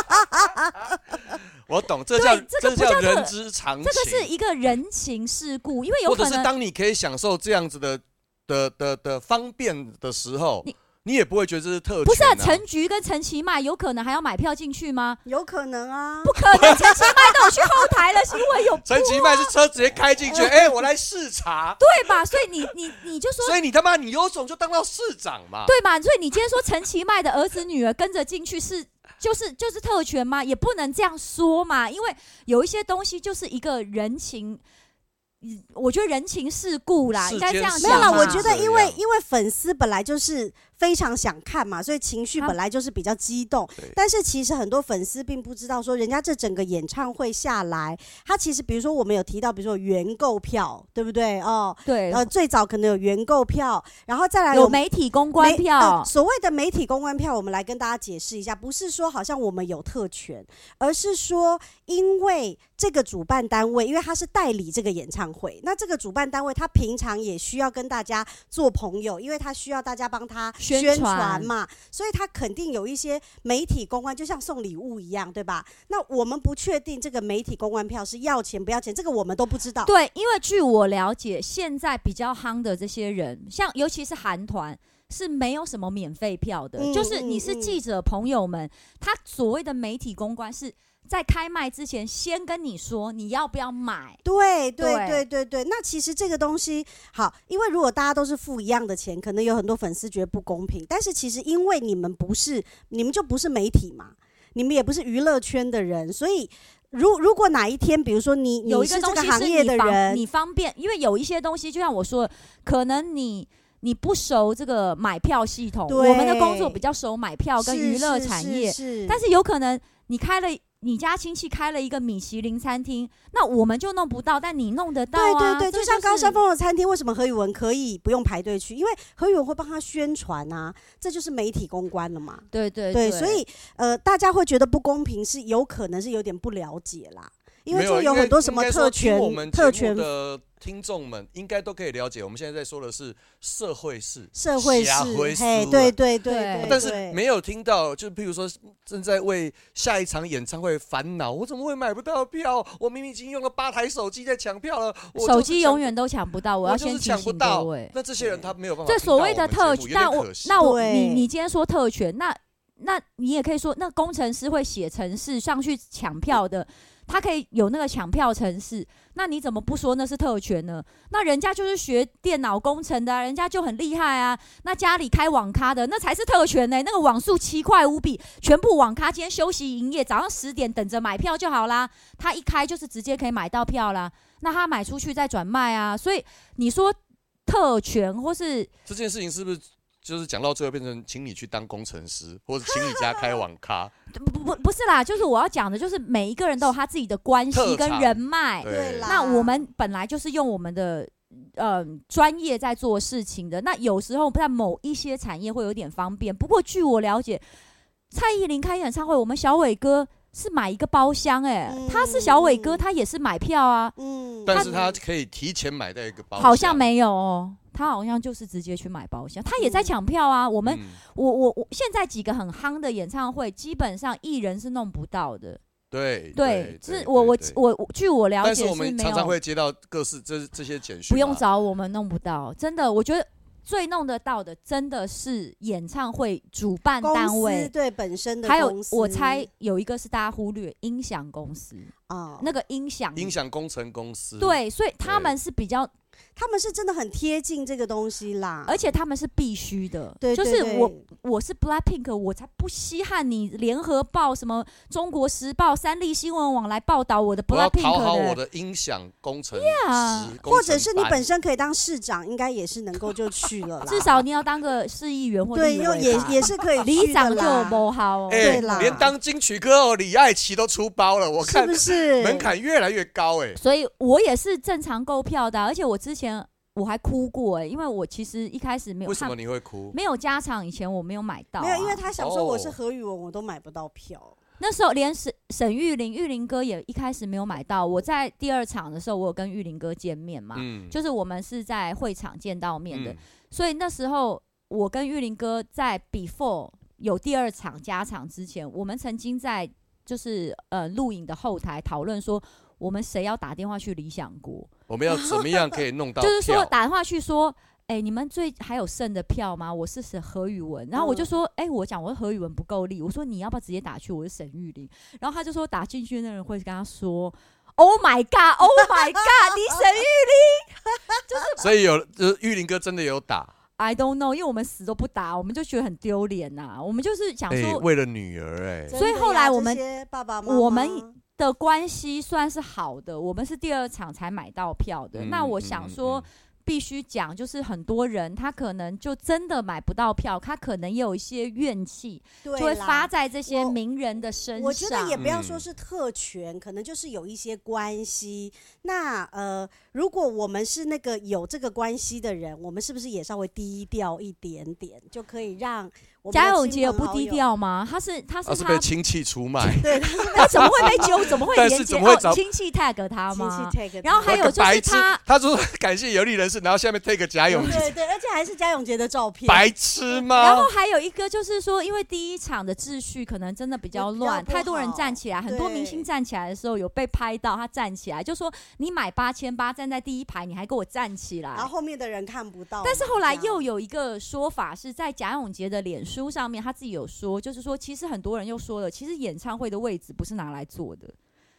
Speaker 4: 我懂，这叫
Speaker 5: 对这
Speaker 4: 这
Speaker 5: 个不叫
Speaker 4: 叫
Speaker 5: 特
Speaker 4: 人之常
Speaker 5: 这
Speaker 4: 情，
Speaker 5: 个是一个人情世故，因为有
Speaker 4: 或者
Speaker 5: 可
Speaker 4: 是
Speaker 5: 能
Speaker 4: 当你可以享受这样子的的的的方便的时候，你
Speaker 5: 你
Speaker 4: 也不会觉得这是特权、啊。
Speaker 5: 不是、啊、陈菊跟陈其迈有可能还要买票进去吗？
Speaker 3: 有可能 啊，
Speaker 5: 不可能，陈其迈都有去后台了，是因为 有
Speaker 4: 陈其迈是车直接开进去，哎、我来视察。
Speaker 5: 对吧？所以你你你就说
Speaker 4: 所以你他妈你有种就当到市长嘛。
Speaker 5: 对嘛？所以你今天说陈其迈的儿子女儿跟着进去是就是就是特权吗？也不能这样说嘛，因为有一些东西就是一个人情。嗯我觉得人情世故啦，
Speaker 4: 世
Speaker 5: 应该这
Speaker 4: 间
Speaker 5: 样
Speaker 4: 事
Speaker 3: 没有啦，
Speaker 5: 讲嘛
Speaker 3: 我觉得因为
Speaker 4: 这样
Speaker 3: 因为粉丝本来就是非常想看嘛，所以情绪
Speaker 5: 他
Speaker 3: 本来就是比较激动
Speaker 4: 对。
Speaker 3: 但是其实很多粉丝并不知道，说人家这整个演唱会下来，他其实比如说我们有提到，比如说原购票，对不对？哦，
Speaker 5: 对
Speaker 3: 然，后最早可能有原购票，然后再来
Speaker 5: 有
Speaker 3: 我们
Speaker 5: 媒体公关
Speaker 3: 媒
Speaker 5: 票
Speaker 3: 呃。所谓的媒体公关票，我们来跟大家解释一下，不是说好像我们有特权，而是说因为这个主办单位，因为他是代理这个演唱会，那这个主办单位他平常也需要跟大家做朋友，因为他需要大家帮他
Speaker 5: 宣
Speaker 3: 宣
Speaker 5: 传
Speaker 3: 传嘛，所以他肯定有一些媒体公关，就像送礼物一样，对吧？那我们不确定这个媒体公关票是要钱不要钱，这个我们都不知道。
Speaker 5: 对，因为据我了解，现在比较夯的这些人，像尤其是韩团。是没有什么免费票的，
Speaker 3: 嗯
Speaker 5: 就是你
Speaker 3: 嗯
Speaker 5: 是
Speaker 3: 嗯
Speaker 5: 记者朋友们，他所谓的媒体公关是在开卖之前先跟你说你要不要买，
Speaker 3: 对对
Speaker 5: 对
Speaker 3: 对对对，那其实这个东西好，因为如果大家都是付一样的钱，可能有很多粉丝觉得不公平。但是其实因为你们不是，你们就不是媒体嘛，你们也不是娱乐圈的人，所以如如果哪一天，比如说你
Speaker 5: 有
Speaker 3: 你
Speaker 5: 一
Speaker 3: 是
Speaker 5: 个
Speaker 3: 这
Speaker 5: 东
Speaker 3: 个
Speaker 5: 西
Speaker 3: 行
Speaker 5: 是
Speaker 3: 业
Speaker 5: 你
Speaker 3: 的
Speaker 5: 方
Speaker 3: 人，
Speaker 5: 你方便，因为有一些东西，就像我说的，可能你你不熟这个买票系统，我们的工作
Speaker 3: 对
Speaker 5: 比较熟买票跟
Speaker 3: 是
Speaker 5: 娱乐
Speaker 3: 是
Speaker 5: 产
Speaker 3: 是
Speaker 5: 业，
Speaker 3: 是
Speaker 5: 但是有可能你开了。你家亲戚开了一个米其林餐厅，那我们就弄不到，但你弄得到
Speaker 3: 对
Speaker 5: 啊！
Speaker 3: 对对，
Speaker 5: 这
Speaker 3: 就像
Speaker 5: 是
Speaker 3: 高山峰的餐厅，为什么何宇文可以不用排队去？因为何宇文会帮他宣传啊，这就是媒体公关了嘛。
Speaker 5: 对对
Speaker 3: 对，所以呃，大家会觉得不公平，是有可能是有点不了解啦，因为
Speaker 4: 没有啊
Speaker 3: 就有很多什么特
Speaker 4: 因为应该说
Speaker 3: 权
Speaker 4: 听我们、
Speaker 3: 特
Speaker 4: 节目
Speaker 3: 权
Speaker 4: 的听众们应该都可以了解，我们现在在说的是社会事，
Speaker 3: 社会
Speaker 4: 社会
Speaker 3: 是，
Speaker 4: 事
Speaker 3: 嘿，
Speaker 4: 啊
Speaker 3: 对对对
Speaker 5: 对
Speaker 3: 对，
Speaker 4: 但是
Speaker 3: 对
Speaker 4: 没有听到，就譬如说正在为下一场演唱会烦恼，我怎么会买不到票？我明明已经用了八台手机在抢票了，我
Speaker 5: 手机永
Speaker 4: 远
Speaker 5: 远都抢不到，
Speaker 4: 我
Speaker 5: 要
Speaker 4: 就是
Speaker 5: 先提
Speaker 4: 抢不
Speaker 5: 醒各
Speaker 4: 到
Speaker 5: 位。
Speaker 4: 那这些人他没有办法
Speaker 5: 这
Speaker 4: 听到
Speaker 5: 所
Speaker 4: 我们
Speaker 5: 谓
Speaker 4: 节目。
Speaker 5: 的特
Speaker 4: 有
Speaker 5: 权，
Speaker 4: 点
Speaker 5: 那我
Speaker 4: 可惜
Speaker 5: 那我你
Speaker 3: 对
Speaker 5: 你今天说特权，那那你也可以说，那工程师会写程式上去抢票的，他可以有那个抢票程式，那你怎么不说那是特权呢？那人家就是学电脑工程的、啊，人家就很厉害啊。那家里开网咖的，那才是特权呢、那个网速七块五比，全部网咖今天休息营业，早上十点等着买票就好啦。他一开就是直接可以买到票啦。那他买出去再转卖啊，所以你说特权或是
Speaker 4: 这件事情是不是就是讲到最后变成请你去当工程师，或者请你家开网咖？
Speaker 5: 不不不不是啦，就是我要讲的，就是每一个人都有他自己的关
Speaker 4: 特
Speaker 5: 系跟
Speaker 4: 长
Speaker 5: 人脉。
Speaker 3: 对啦，
Speaker 5: 那我们本来就是用我们的呃专业在做事情的，那有时候在某一些产业会有点方便。不过据我了解，蔡依林开演唱会，我们小伟哥是买一个包厢、哎、
Speaker 3: 嗯
Speaker 5: 他是小伟哥，
Speaker 3: 嗯
Speaker 5: 他也是买票啊，
Speaker 3: 嗯
Speaker 4: 但是他可以提前买到一个包厢，
Speaker 5: 好像没有哦。他好像就是直接去买包厢，他也在
Speaker 3: 嗯
Speaker 5: 抢票啊。我
Speaker 4: 我
Speaker 5: 们、我我我，现在几个很夯的演唱会，基本上艺人是弄不到的。
Speaker 4: 对
Speaker 5: 对，
Speaker 4: 对
Speaker 5: 是我我
Speaker 4: 对
Speaker 5: 我我据我了
Speaker 4: 但
Speaker 5: 解
Speaker 4: 是我们
Speaker 5: 没
Speaker 4: 常常
Speaker 5: 有
Speaker 4: 会接到各式这这些简讯嘛，
Speaker 5: 不用找我们弄不到，真的，我觉得最弄得到的真的是演唱会主办
Speaker 3: 公
Speaker 5: 单
Speaker 3: 司
Speaker 5: 位，
Speaker 3: 对本身的
Speaker 5: 还有
Speaker 3: 公司
Speaker 5: 我猜有一个是大家忽略音响公司，
Speaker 3: 啊，
Speaker 5: 那个音响
Speaker 4: 音响工程公司。
Speaker 5: 对，所以他
Speaker 4: 对
Speaker 5: 们是比较
Speaker 3: 他们是真的很贴近这个东西啦。
Speaker 5: 而且他们是必须的，
Speaker 3: 对，
Speaker 5: 就是
Speaker 3: 对
Speaker 5: 我
Speaker 3: 对
Speaker 5: 我是 Blackpink，我才不稀罕你联合报、什么中国时报、三立新闻网来报道我的
Speaker 4: 我要
Speaker 5: Blackpink
Speaker 4: 讨好我
Speaker 5: 的。
Speaker 4: 的音响工程
Speaker 5: Yeah
Speaker 4: 师，
Speaker 3: 或者是你
Speaker 4: 工程班
Speaker 3: 本身可以当市长，应该也是能够就去了啦。
Speaker 5: 至少你要当个市议员或
Speaker 3: 对，
Speaker 5: 立
Speaker 3: 又
Speaker 5: 委
Speaker 3: 也
Speaker 5: 吧
Speaker 3: 也是可 以去
Speaker 5: 里
Speaker 3: 的
Speaker 5: 长就
Speaker 3: 啦，
Speaker 5: 不好哦。
Speaker 4: 哎、
Speaker 3: 对啦
Speaker 4: 连当金曲歌后李艾琪都出包了，我
Speaker 3: 是
Speaker 4: 看
Speaker 3: 不是？
Speaker 4: 门槛越来越高哎、
Speaker 5: 所以我也是正常购票的啊、而且我之前我还哭过哎、因为我其实一开始没有
Speaker 4: 为什
Speaker 5: 看
Speaker 4: 么你会哭？
Speaker 5: 没有加场以前我没有买到啊、
Speaker 3: 没有，因为他想说我是
Speaker 4: 哦
Speaker 3: 何宇文，我都买不到票。
Speaker 5: 那时候连沈沈玉林玉林哥也一开始没有买到。我在第二场的时候，我有跟玉林哥见面嘛，
Speaker 4: 嗯，
Speaker 5: 啊就是我们是在会场见到面的，
Speaker 4: 嗯
Speaker 5: 所以那时候我跟玉林哥在 before 有第二场加场之前，我们曾经在就是呃录影的后台讨论说，我们谁要打电话去理想国，
Speaker 4: 我们要怎么样可以弄到
Speaker 5: 就
Speaker 4: 票？
Speaker 5: 是说打电话去说。哎、你们最还有剩的票吗？我是沈何宇文，
Speaker 4: 嗯
Speaker 5: 然后我就说，哎、我讲我何宇文不够力，我说你要不要直接打去？我是沈玉玲，然后他就说打进去那人会跟他说，Oh my god，Oh my god，你沈玉
Speaker 4: 所以有就是玉林哥真的有打，
Speaker 5: I don't know，因为我们死都不打，我们就觉得很丢脸呐。我们就是想
Speaker 4: 哎、
Speaker 5: 说
Speaker 4: 为了女儿哎、
Speaker 3: 真
Speaker 5: 所以
Speaker 3: 的
Speaker 5: 后
Speaker 3: 呀
Speaker 5: 来我
Speaker 3: 这
Speaker 5: 们
Speaker 3: 些爸爸妈妈，
Speaker 5: 我们的关系算是好的，我们是第二场才买到票的。
Speaker 4: 嗯
Speaker 5: 那我想说
Speaker 4: 嗯。
Speaker 5: 必须讲，就是很多人他可能就真的买不到票，他可能也有一些怨气，
Speaker 3: 对
Speaker 5: 就会
Speaker 3: 啦
Speaker 5: 发在这些
Speaker 3: 我
Speaker 5: 名人的身上。
Speaker 3: 我觉得也不要说
Speaker 4: 嗯
Speaker 3: 是特权，可能就是有一些关系。那呃，如果我们是那个有这个关系的人，我们是不是也稍微低调一点点，就可以让我们
Speaker 5: 贾
Speaker 3: 的
Speaker 5: 永
Speaker 3: 亲
Speaker 5: 杰有
Speaker 3: 朋
Speaker 5: 不
Speaker 3: 好
Speaker 5: 低
Speaker 3: 友？
Speaker 5: 调吗？他是他是
Speaker 4: 啊是
Speaker 5: 他
Speaker 4: 被，亲戚出卖，
Speaker 3: 对，他
Speaker 5: 他 怎么会被揪？怎么会
Speaker 4: 但是
Speaker 5: 连接？
Speaker 4: 怎么会
Speaker 5: 哦
Speaker 4: 找
Speaker 5: 亲戚 tag 他
Speaker 3: 亲
Speaker 5: 吗
Speaker 3: 戚？take，
Speaker 5: 然后还有
Speaker 4: 那个
Speaker 5: 就是
Speaker 4: 白痴
Speaker 5: 他，
Speaker 4: 他说感谢有利人士，然后下面 take 贾永杰，
Speaker 3: 对对，而且还是嘉永杰的照片，
Speaker 4: 白痴
Speaker 3: 哦
Speaker 5: 然
Speaker 4: 吗
Speaker 5: 后？还有一个就是说，因为第一场的秩序可能真的比较
Speaker 3: 比较
Speaker 5: 乱，
Speaker 3: 不
Speaker 5: 太多人
Speaker 3: 好
Speaker 5: 站起来，很多明星
Speaker 3: 对
Speaker 5: 站起来的时候有被拍到，他站起来就说：“你买八千八，站在第一排，你还给我站起来
Speaker 3: 然。后后面的人看不到嘛。”
Speaker 5: 但是后来
Speaker 3: 这样
Speaker 5: 又有一个说法是在贾永杰的脸书上面，他自己有说，就是说其实很多人又说了，其实演唱会的位置不是拿来坐的，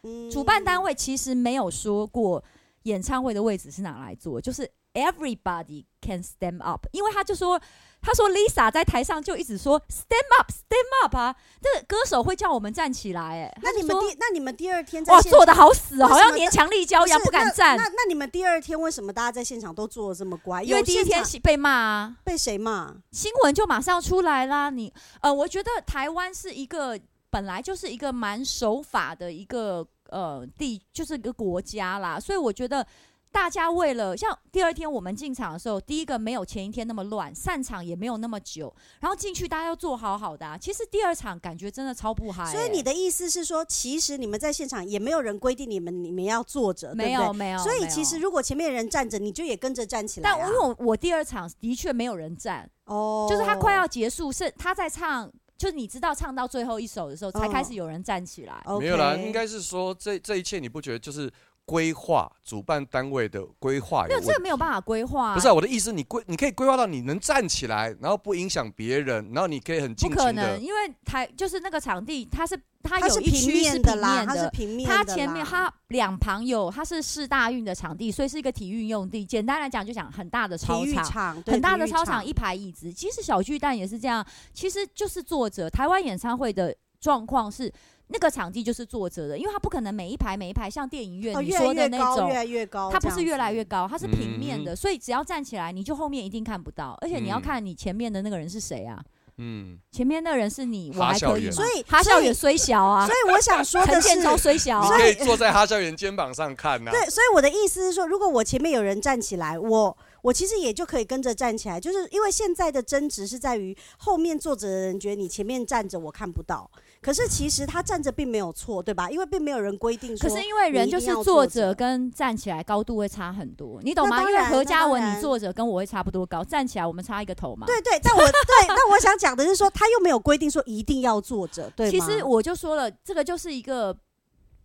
Speaker 3: 嗯
Speaker 5: 主办单
Speaker 3: 位
Speaker 5: 位其实没有说过演唱会的位置是拿来坐，就是 everybody can stand up，因为他就说，他说 Lisa 在台上就一直说 stand up，stand up 啊，这歌手会叫我们站起来、哎，
Speaker 3: 那
Speaker 5: 他就
Speaker 3: 你们
Speaker 5: 说
Speaker 3: 第那你们第二天在
Speaker 5: 哇
Speaker 3: 现
Speaker 5: 坐的
Speaker 3: 场
Speaker 5: 好死哦，
Speaker 3: 为
Speaker 5: 好
Speaker 3: 什
Speaker 5: 像
Speaker 3: 么
Speaker 5: 勉
Speaker 3: 大
Speaker 5: 强力胶一样
Speaker 3: 是
Speaker 5: 不敢
Speaker 3: 那
Speaker 5: 站
Speaker 3: 那，那你们第二天为什么大家在现场都坐的这么乖？
Speaker 5: 因为
Speaker 3: 有
Speaker 5: 第一
Speaker 3: 现
Speaker 5: 天
Speaker 3: 场
Speaker 5: 被骂啊。
Speaker 3: 被谁骂？
Speaker 5: 新闻就马上出来啦。你呃，我觉得台湾是一个本来就是一个蛮守法的一个呃地，就是一个国家啦，所以我觉得。大家为了像第二天我们进场的时候，第一个没有前一天那么乱，散场也没有那么久，然后进去大家要做好好的、啊。其实第二场感觉真的超不嗨欸、
Speaker 3: 所以你的意思是说，其实你们在现场也没有人规定你们你们要坐着，
Speaker 5: 没
Speaker 3: 对
Speaker 5: 有
Speaker 3: 不对？
Speaker 5: 没有，
Speaker 3: 所以
Speaker 5: 没
Speaker 3: 其
Speaker 5: 有
Speaker 3: 实如果前面人站着，你就也跟着站起来啊、
Speaker 5: 但因为我我第二场的确没有人站，
Speaker 3: 哦，
Speaker 5: 就是他快要结束，是他在唱，就是你知道唱到最后一首的时候才开
Speaker 3: 哦
Speaker 5: 始有人站起来。
Speaker 4: 没有啦，
Speaker 3: OK
Speaker 4: 应该是说这这一切你不觉得就是规划主办单位的规划
Speaker 5: 没
Speaker 4: 有问
Speaker 5: 有，这个
Speaker 4: 题？
Speaker 5: 没有办法规划、
Speaker 4: 不是、啊、我的意思，你规你可以规划到你能站起来，然后不影响别人，然后你可以很
Speaker 5: 不
Speaker 4: 尽
Speaker 5: 可
Speaker 4: 情的。
Speaker 5: 能，因为台就是那个场地，它是它
Speaker 3: 它
Speaker 5: 有
Speaker 3: 是
Speaker 5: 一
Speaker 3: 平
Speaker 5: 区是
Speaker 3: 面
Speaker 5: 平
Speaker 3: 啦，
Speaker 5: 面
Speaker 3: 它是
Speaker 5: 的。
Speaker 3: 平面的啦，
Speaker 5: 它前面它两旁有，它是市大运的场地，所以是一个体育用地。简单来讲，就讲很大的操
Speaker 3: 体育
Speaker 5: 场，
Speaker 3: 场对
Speaker 5: 很大
Speaker 3: 体
Speaker 5: 的
Speaker 3: 育
Speaker 5: 操场一排椅子。其实小巨蛋也是这样，其实就是坐着。台湾演唱会的状况是，那个场地就是坐着的，因为它不可能每一排每一排像电影院
Speaker 3: 哦，
Speaker 5: 你
Speaker 3: 越来
Speaker 5: 说的
Speaker 3: 越
Speaker 5: 那
Speaker 3: 高，
Speaker 5: 种
Speaker 3: 越，来越高，
Speaker 5: 它不是越来越
Speaker 3: 高。
Speaker 5: 高，它是平面的，
Speaker 4: 嗯
Speaker 5: 所以只要站起来，你就后面一定看不到，而且你要
Speaker 4: 嗯
Speaker 5: 看你前面的那个人是谁啊。
Speaker 4: 嗯，
Speaker 5: 前面那人是你，我
Speaker 4: 哈啊
Speaker 5: 还
Speaker 4: 校
Speaker 5: 可以
Speaker 4: 园
Speaker 5: 吗
Speaker 3: 所以
Speaker 5: 哈
Speaker 3: 所
Speaker 5: 校
Speaker 3: 以
Speaker 5: 园虽小啊
Speaker 3: 所，以我想说
Speaker 5: 陈
Speaker 3: 的是
Speaker 5: 建，州虽小
Speaker 4: 你
Speaker 5: 啊，
Speaker 4: 可以坐在哈校园肩膀上看啊呐、
Speaker 3: 对，所以我的意思是说，如果我前面有人站起来，我我其实也就可以跟着站起来，就是因为现在的争执是在于后面坐着的人觉得你前面站着我看不到，可是其实他站着并没有错，对吧？因为并没有人规定
Speaker 5: 可
Speaker 3: 说，
Speaker 5: 是因为人就是
Speaker 3: 你一定要
Speaker 5: 坐
Speaker 3: 坐
Speaker 5: 着
Speaker 3: 着
Speaker 5: 跟站起来高度会差很多，你懂
Speaker 3: 那
Speaker 5: 吗？
Speaker 3: 当
Speaker 5: 因为
Speaker 3: 然
Speaker 5: 何
Speaker 3: 那
Speaker 5: 嘉
Speaker 3: 当
Speaker 5: 文你
Speaker 3: 然
Speaker 5: 坐着跟我会差不多高，站起来我们差一个头嘛。
Speaker 3: 对对，但我对， 但我想讲的是说，他又没有规定说一定要坐着，对
Speaker 5: 其
Speaker 3: 吗
Speaker 5: 实我就说了，这个就是一个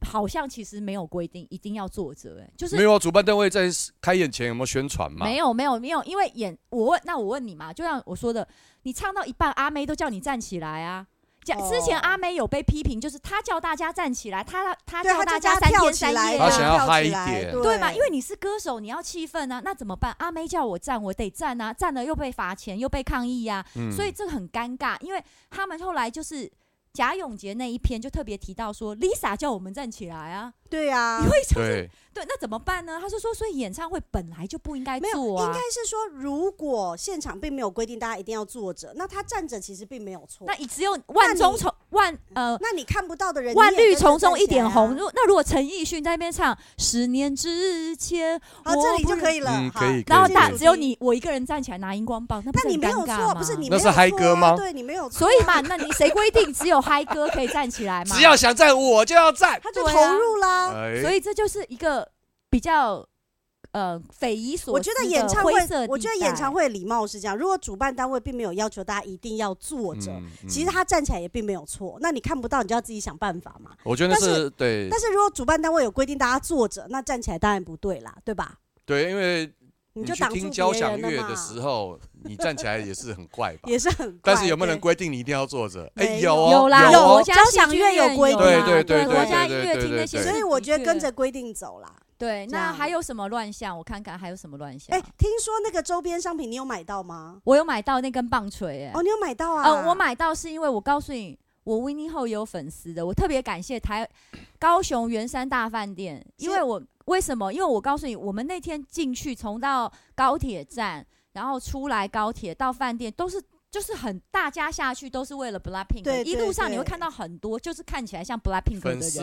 Speaker 5: 好像其实没有规定一定要坐着，哎，就是
Speaker 4: 没有啊，主办单位在开演前有没有宣传嘛？
Speaker 5: 没有没有没有，因为演我问那我问你嘛，就像我说的，你唱到一半，阿妹都叫你站起来啊。讲
Speaker 3: 哦
Speaker 5: 之前阿妹有被批评，就是她叫大家站起来，她她
Speaker 3: 对，
Speaker 5: 叫
Speaker 3: 他
Speaker 5: 大
Speaker 3: 就
Speaker 5: 家
Speaker 3: 加
Speaker 5: 三
Speaker 3: 跳
Speaker 5: 天
Speaker 3: 起
Speaker 5: 三
Speaker 3: 来
Speaker 5: 夜
Speaker 3: 嘛，
Speaker 5: 啊
Speaker 4: 她，想要
Speaker 3: 跳起
Speaker 4: 嗨一
Speaker 3: 来
Speaker 4: 点
Speaker 5: 对嘛？因为你是歌手，你要气氛啊，那怎么办？阿妹叫我站，我得站啊，站了又被罚钱，又被抗议啊，
Speaker 4: 嗯
Speaker 5: 所以这个很尴尬。因为他们后来就是贾永杰那一篇就特别提到说，Lisa 叫我们站起来啊，
Speaker 3: 对啊，
Speaker 5: 因为就是
Speaker 4: 对，
Speaker 5: 对，那怎么办呢？他是说，所以演唱会本来就不应该
Speaker 3: 没有，
Speaker 5: 做
Speaker 3: 应
Speaker 5: 啊
Speaker 3: 该。是说，如果现场并没有规定大家一定要坐着，那他站着其实并没有错。
Speaker 5: 那你只有万中从万呃
Speaker 3: 那你看不到的人，
Speaker 5: 万
Speaker 3: 你也
Speaker 5: 绿
Speaker 3: 跟着
Speaker 5: 丛中
Speaker 3: 站
Speaker 5: 一
Speaker 3: 起
Speaker 5: 点
Speaker 3: 来啊
Speaker 5: 红。如、那如果陈奕迅在那边唱“十年之前”，
Speaker 3: 好，
Speaker 5: 我
Speaker 3: 啊哦这里就
Speaker 5: 不
Speaker 3: 可以了。
Speaker 4: 嗯
Speaker 3: 好
Speaker 4: 可以可以
Speaker 5: 然后
Speaker 4: 可以
Speaker 5: 大
Speaker 4: 可以
Speaker 5: 只有你我一个人站起来拿荧光棒，那不
Speaker 3: 那
Speaker 5: 是
Speaker 3: 你
Speaker 5: 很
Speaker 3: 没有
Speaker 5: 尴尬
Speaker 3: 错，
Speaker 5: 吗？
Speaker 3: 不是你
Speaker 4: 那
Speaker 3: 没有
Speaker 4: 是
Speaker 3: 错
Speaker 4: 嗨歌
Speaker 3: 啊
Speaker 4: 吗
Speaker 3: 对你没有错啊，
Speaker 5: 所以嘛，那你谁规定只有嗨歌可以站起来嘛？
Speaker 4: 只要想站我就要站。
Speaker 3: 他就
Speaker 5: 对
Speaker 3: 投
Speaker 5: 啊
Speaker 3: 入啦。
Speaker 4: 哎
Speaker 5: 所以这就是一个比较呃匪夷所
Speaker 3: 我
Speaker 5: 思
Speaker 3: 觉
Speaker 5: 的
Speaker 3: 得演唱会
Speaker 5: 灰色地带，
Speaker 3: 我觉得演唱会礼貌是这样，如果主办单位并没有要求大家一定要坐着，
Speaker 4: 嗯嗯
Speaker 3: 其实他站起来也并没有错。那你看不到，你就要自己想办法嘛。
Speaker 4: 我觉得那
Speaker 3: 但是
Speaker 4: 是对
Speaker 3: 但是如果主办单位有规定大家坐着，那站起来当然不对啦，对吧？
Speaker 4: 对，因为
Speaker 3: 你
Speaker 4: 去
Speaker 3: 就挡
Speaker 4: 听
Speaker 3: 住
Speaker 4: 交
Speaker 3: 别
Speaker 4: 响
Speaker 3: 人了
Speaker 4: 乐
Speaker 3: 嘛
Speaker 4: 的，时候，你站起来也是很怪吧？
Speaker 3: 也是很怪。
Speaker 4: 但是有没有人
Speaker 3: 对
Speaker 4: 规定你一定要坐着？
Speaker 3: 没
Speaker 4: 哎，
Speaker 3: 有
Speaker 4: 哦，
Speaker 5: 有啦，
Speaker 3: 有
Speaker 5: 国
Speaker 4: 哦，
Speaker 5: 家
Speaker 3: 交
Speaker 5: 戏
Speaker 3: 响
Speaker 5: 剧
Speaker 3: 乐有
Speaker 5: 院
Speaker 3: 规啊
Speaker 5: 有
Speaker 4: 定
Speaker 5: 啦
Speaker 4: 对对对对
Speaker 5: 国家音
Speaker 4: 对
Speaker 5: 乐
Speaker 4: 对
Speaker 5: 厅
Speaker 4: 对
Speaker 5: 那
Speaker 4: 对
Speaker 5: 些是的确，
Speaker 3: 所以我觉得跟着规定走啦。
Speaker 5: 对。
Speaker 3: 这
Speaker 5: 那
Speaker 3: 样
Speaker 5: 还有什么乱象？我看看还有什么乱象
Speaker 3: 哎、。听说那个周边商品你有买到吗？
Speaker 5: 我有买到那根棒槌，哎，
Speaker 3: 哦，你有买到啊？
Speaker 5: 呃，我。买到是因为我告诉你，我 w i n n i 后有粉丝的，我特别感谢台高雄圆山大饭店，因为
Speaker 3: 是
Speaker 5: 我为什么？因为我告诉你，我们那天进去，从到高铁站，然后出来高铁到饭店，都是。就是很大家下去都是为了 BLACKPINK，
Speaker 3: 对
Speaker 5: 的一路上
Speaker 3: 对
Speaker 5: 你会
Speaker 3: 对
Speaker 5: 看到很多就是看起来像 BLACKPINK 的
Speaker 4: 粉
Speaker 5: 人，
Speaker 4: 丝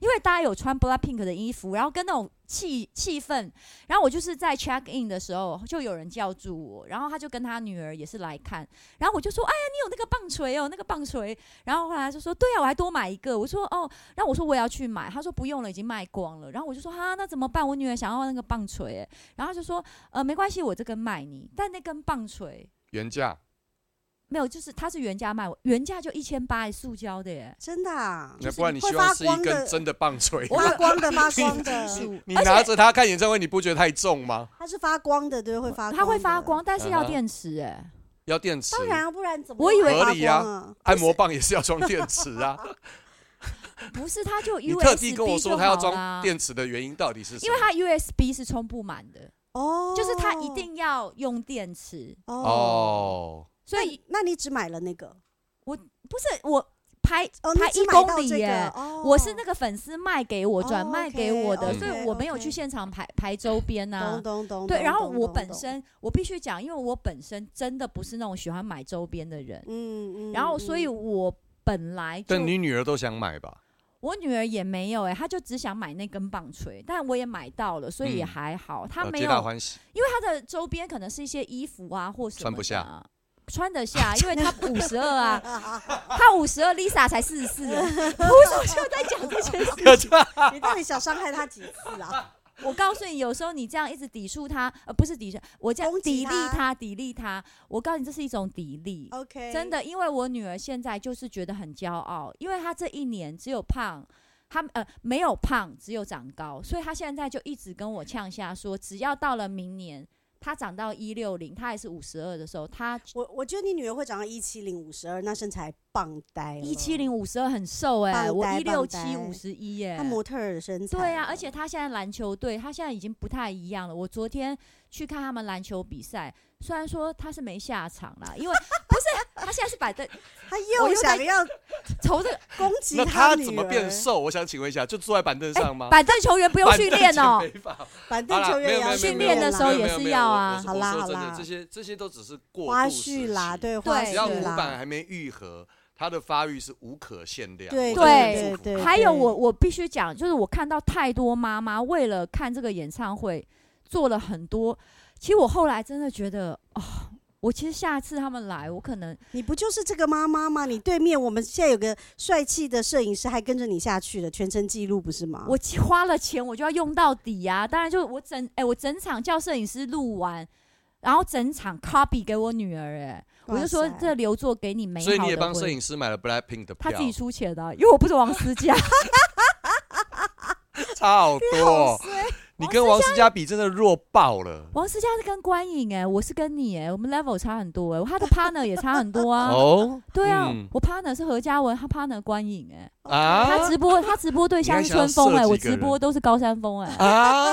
Speaker 5: 因为大家有穿 BLACKPINK 的衣服，然后跟那种气气氛，然后我就是在 check in 的时候，就有人叫住我，然后他就跟他女儿也是来看，然后我就说，哎呀，你有那个棒槌哦，那个棒槌，然后后来他就说，对啊，我还多买一个，我说哦，然后我说我也要去买，他说不用了，已经卖光了，然后我就说哈，那怎么办？我女儿想要那个棒槌耶，然后他就说，呃，没关系，我这根卖你，但那根棒槌
Speaker 4: 原价
Speaker 5: 没有，就是它是原价卖我，原价就一千八，塑胶的耶。
Speaker 3: 真的、啊，
Speaker 4: 那不然你
Speaker 3: 会
Speaker 4: 希望
Speaker 3: 发
Speaker 4: 是一
Speaker 3: 光
Speaker 4: 根
Speaker 3: 的，
Speaker 4: 真的棒槌？
Speaker 3: 发光的，发光
Speaker 5: 金
Speaker 3: 的，
Speaker 5: 属
Speaker 4: 你
Speaker 5: 而且
Speaker 4: 拿着它看演唱会，你不觉得太重吗？
Speaker 3: 它是发光的，对，会发光，
Speaker 5: 它会发。光，但是
Speaker 4: 嗯
Speaker 5: 要
Speaker 4: 哼
Speaker 5: 电池哎、
Speaker 4: 要电池，
Speaker 3: 当然啊，不然怎么
Speaker 5: 我以为
Speaker 3: 会发
Speaker 4: 合理啊
Speaker 3: 光啊？
Speaker 4: 按摩棒也是要装电池啊。
Speaker 5: 不是，它就
Speaker 4: 你
Speaker 5: USB
Speaker 4: 特地跟我
Speaker 5: 就
Speaker 4: 说
Speaker 5: 好
Speaker 4: 它要
Speaker 5: 啦
Speaker 4: 装，电池的原因到底是什
Speaker 5: 因为
Speaker 4: 么？
Speaker 5: 它 USB 是充不满的，
Speaker 3: 哦，
Speaker 5: 就是它一定要用电池，
Speaker 3: 哦。
Speaker 4: 哦，
Speaker 5: 所以
Speaker 3: 那，那你只买了那个
Speaker 5: 不是我排
Speaker 3: 哦，
Speaker 5: 排
Speaker 3: 你只
Speaker 5: 一
Speaker 3: 买到
Speaker 5: 公里
Speaker 3: 这个
Speaker 5: 耶。
Speaker 3: 哦
Speaker 5: 我是那个粉丝卖给我，
Speaker 3: 哦
Speaker 5: 转卖给我的，
Speaker 4: OK，
Speaker 5: 所以我没有
Speaker 3: OK，OK
Speaker 5: 去现场排排周边呐
Speaker 3: 懂。懂懂。
Speaker 5: 啊对，
Speaker 3: 懂
Speaker 5: 然后
Speaker 3: 懂
Speaker 5: 我
Speaker 3: 懂
Speaker 5: 本
Speaker 3: 懂
Speaker 5: 身我必须讲，因为我本身真的不是那种喜欢买周边的人，
Speaker 3: 嗯嗯，
Speaker 5: 然后所以我 本来就
Speaker 4: 但你女儿都想买吧？
Speaker 5: 我女儿也没有哎，她就只想买那根棒槌，但我也买到了，所以也
Speaker 4: 嗯
Speaker 5: 还好，她
Speaker 4: 呃
Speaker 5: 没
Speaker 4: 皆大
Speaker 5: 有
Speaker 4: 欢喜。
Speaker 5: 因为它的周边可能是一些衣服啊或什么的啊
Speaker 4: 穿不下，
Speaker 5: 穿得下，因为 它五十二啊，
Speaker 3: 啊，
Speaker 5: 它五十二，Lisa 才四十四，啊 我什么就在讲这件事？
Speaker 3: 你到底想伤害他几次啊？
Speaker 5: 我告诉你，有时候你这样一直抵触它，呃，不是抵触，我这样
Speaker 3: 攻
Speaker 5: 砥
Speaker 3: 击
Speaker 5: 砺
Speaker 3: 它
Speaker 5: 它，砥砺它，我告诉你，这是一种砥砺。
Speaker 3: OK，
Speaker 5: 真的，因为我女儿现在就是觉得很骄傲，因为她这一年只有胖，她呃没有胖，只有长高，所以她现在就一直跟我呛下说，只要到了明年，她长到一六零，她还是五十二的时候，她
Speaker 3: 我我觉得你女儿会长到一七零五十二，那身材棒呆了，
Speaker 5: 一七零五十二很瘦哎、
Speaker 3: 棒
Speaker 5: 我
Speaker 3: 呆
Speaker 5: 一六
Speaker 3: 棒
Speaker 5: 七
Speaker 3: 呆
Speaker 5: 五十一
Speaker 3: 她
Speaker 5: 耶。
Speaker 3: 模特儿的身材。
Speaker 5: 对啊，而且他现在篮球队，他现在已经不太一样了。我昨天去看他们篮球比赛，虽然说他是没下场啦，因为 不是他现在是摆在
Speaker 3: 她
Speaker 5: 我
Speaker 3: 又
Speaker 5: 又在
Speaker 3: 想要
Speaker 5: 从这个
Speaker 3: 攻击
Speaker 4: 那
Speaker 3: 她
Speaker 4: 她
Speaker 3: 女儿哎
Speaker 4: 怎么变？瘦？我想请问一下，就坐在板凳上吗？
Speaker 5: 板凳啊球员不 用
Speaker 4: 板
Speaker 5: 训
Speaker 4: 凳
Speaker 5: 练哦
Speaker 4: 减，肥 法
Speaker 3: 板
Speaker 4: 好
Speaker 3: 凳
Speaker 4: 啦
Speaker 3: 球
Speaker 4: 没
Speaker 3: 员也
Speaker 4: 有没
Speaker 3: 要
Speaker 4: 有
Speaker 3: 训
Speaker 5: 没有
Speaker 3: 练
Speaker 5: 没
Speaker 3: 啦
Speaker 5: 有时候
Speaker 4: 没有没
Speaker 5: 也
Speaker 4: 有
Speaker 5: 是
Speaker 4: 没有
Speaker 5: 要
Speaker 4: 我
Speaker 5: 啊
Speaker 4: 我
Speaker 3: 好
Speaker 4: 我
Speaker 3: 啦
Speaker 4: 说
Speaker 3: 好
Speaker 4: 真的
Speaker 3: 啦
Speaker 4: 这些这些都只是过
Speaker 3: 花
Speaker 4: 渡时
Speaker 3: 絮啦，
Speaker 4: 期
Speaker 3: 对
Speaker 5: 对
Speaker 3: 花
Speaker 4: 只要
Speaker 3: 絮
Speaker 4: 骨板
Speaker 3: 啦，
Speaker 4: 还没愈合，它的发育是无可限量。
Speaker 3: 对
Speaker 4: 我真的
Speaker 5: 对
Speaker 4: 很祝福
Speaker 3: 对对
Speaker 5: 还有我，我必须讲，就是我看到太多妈妈为了看这个演唱会做了很多。其实我后来真的觉得，哦，我其实下次他们来，我可能
Speaker 3: 你不就是这个妈妈吗？你对面我们现在有个帅气的摄影师，还跟着你下去了，全程记录不是吗？
Speaker 5: 我花了钱，我就要用到底呀、当然，就我整哎、我整场叫摄影师录完，然后整场 copy 给我女儿、哎，
Speaker 3: 哇
Speaker 5: 我
Speaker 3: 塞
Speaker 5: 就说这留作给你美好
Speaker 4: 所
Speaker 5: 的
Speaker 4: 以你也帮
Speaker 5: 回
Speaker 4: 摄影师买了 Blackpink 的
Speaker 5: 他
Speaker 4: 票
Speaker 5: 自，己出钱的啊、因为我不是王思佳。
Speaker 4: 差好多哦。你跟王思佳比真的弱爆了。
Speaker 5: 王思佳是跟观影哎、我是跟你哎、我们 level 差很多哎、他的 partner 也差很 多啊。
Speaker 4: 哦
Speaker 5: 对啊，
Speaker 4: 嗯
Speaker 5: 我 partner 是何嘉文，他 partner 观影哎、
Speaker 4: 啊
Speaker 5: 他直播他直播对象是春
Speaker 4: 你
Speaker 5: 风哎、
Speaker 4: 还想要
Speaker 5: 我
Speaker 4: 设计一个
Speaker 5: 直
Speaker 4: 人
Speaker 5: 播都是高山峰哎、
Speaker 4: 啊！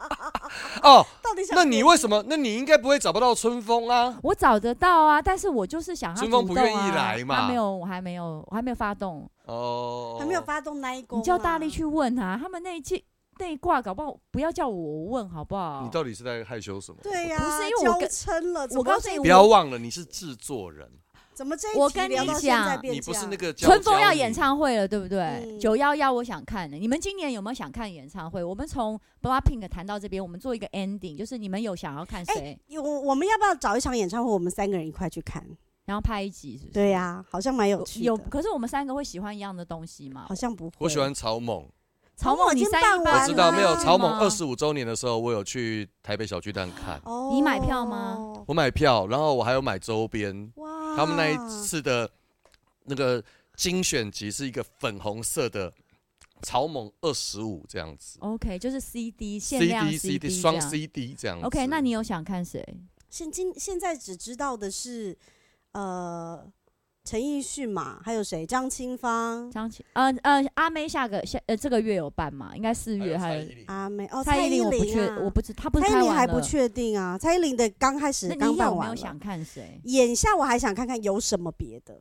Speaker 4: 哦，
Speaker 3: 到底想
Speaker 4: 那你为什么？那你应该不会找不到春风啊？
Speaker 5: 我找得到啊，但是我就是想他
Speaker 4: 春
Speaker 5: 主
Speaker 4: 风
Speaker 5: 动、啊、
Speaker 4: 不愿意来嘛
Speaker 5: 他没有，我还没有，我还没有发动。
Speaker 4: 哦，
Speaker 3: 还没有发动那一功、啊？
Speaker 5: 你叫大力去问啊他，他们那一届那一卦搞不好不要叫我问好不好？
Speaker 4: 你到底是在害羞什么？
Speaker 3: 对呀、
Speaker 5: 不是因为我
Speaker 3: 交
Speaker 5: 跟
Speaker 3: 撑了，怎么
Speaker 5: 我告诉你
Speaker 4: 不要忘了，你是制作人，
Speaker 3: 怎么这一
Speaker 5: 我
Speaker 3: 集
Speaker 5: 跟
Speaker 3: 聊
Speaker 5: 你
Speaker 3: 到现
Speaker 5: 讲
Speaker 3: 在变
Speaker 4: 你不
Speaker 3: 这
Speaker 4: 是
Speaker 3: 样
Speaker 4: 那个娇
Speaker 5: 春风
Speaker 4: 娇
Speaker 5: 要
Speaker 4: 女
Speaker 5: 演唱会了，对不对
Speaker 3: 嗯？
Speaker 5: 九幺幺我想看的，你们今年有没有想看演唱会？我们从 BLACKPINK 谈到这边，我们做一个 ending，就是你们有想要
Speaker 3: 哎
Speaker 5: 看谁，
Speaker 3: 我我们要不要找一场演唱会？我们三个人一块去看？
Speaker 5: 然后拍一集，是不是？
Speaker 3: 对呀、好像蛮有
Speaker 5: 有
Speaker 3: 趣的。
Speaker 5: 有，可是我们三个会喜欢一样的东西吗
Speaker 3: 好？像不会。
Speaker 4: 我喜欢草蜢，
Speaker 3: 草
Speaker 5: 曹
Speaker 3: 蜢
Speaker 5: 某，
Speaker 3: 已
Speaker 5: 你
Speaker 3: 经
Speaker 5: 三
Speaker 3: 办
Speaker 5: 一
Speaker 3: 完
Speaker 5: 八
Speaker 4: 我知道
Speaker 3: 了啊
Speaker 4: 没有
Speaker 3: 啦
Speaker 4: 草蜢二十五周年的时候，我有去台北小巨蛋看，
Speaker 3: 哦
Speaker 5: 你买票吗？
Speaker 4: 我买票，然后我还有买周边，
Speaker 5: 啊
Speaker 3: 哇！
Speaker 4: 他们那一次的那个精选集是一个粉红色的草蜢二十五这样子
Speaker 5: OK，就是 CD 限量
Speaker 4: ，CD CD
Speaker 5: 这
Speaker 4: 双
Speaker 5: 样
Speaker 4: CD 这样子。
Speaker 5: OK，那你有想看谁？
Speaker 3: 现今现在只知道的是，呃，陈奕迅嘛，还有谁？张清芳、
Speaker 5: 张琪，呃呃，阿妹下个下呃这个月有办吗？应该四月还啊有
Speaker 4: 有
Speaker 3: 阿妹哦，
Speaker 5: 蔡依林，
Speaker 3: 林
Speaker 5: 我不确
Speaker 3: 啊
Speaker 5: 我不知她不是
Speaker 3: 蔡依
Speaker 5: 开
Speaker 3: 林
Speaker 5: 完
Speaker 3: 还不
Speaker 5: 了
Speaker 3: 确定啊，蔡依林的刚开始
Speaker 5: 那
Speaker 3: 刚
Speaker 5: 你
Speaker 3: 办
Speaker 5: 有没
Speaker 3: 完
Speaker 5: 有
Speaker 3: 了
Speaker 5: 想。看谁？
Speaker 3: 眼下我还想看看有什么别的，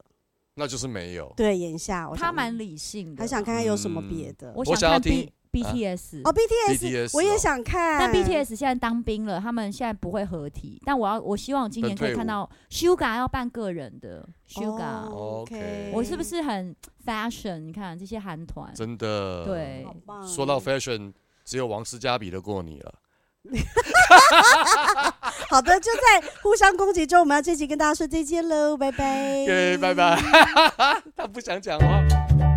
Speaker 4: 那就是没有。
Speaker 3: 对，眼下我
Speaker 5: 她
Speaker 3: 想
Speaker 5: 蛮理性的，
Speaker 3: 还想看看有什么别的。
Speaker 5: 我
Speaker 4: 我想
Speaker 5: 想
Speaker 4: 要
Speaker 5: 看
Speaker 4: 听啊
Speaker 5: B BTS
Speaker 3: 哦，BTS，
Speaker 4: BTS
Speaker 3: 我也
Speaker 4: 哦
Speaker 3: 想看，
Speaker 5: 但 BTS 现在当兵了，他们现在不会合体。但我要，我希望今年可以看到 Suga 要办个人的 Suga。
Speaker 3: 哦
Speaker 4: OK
Speaker 5: 啊我是不是很 fashion？你看这些韩团，
Speaker 4: 真的。
Speaker 5: 对啊
Speaker 3: 好棒？
Speaker 4: 说到 fashion，只有王思佳比得过你了。
Speaker 3: 好的，就在互相攻击中，我 们要这集跟大家说再见喽，拜拜。
Speaker 4: 耶，拜拜。他不想讲话。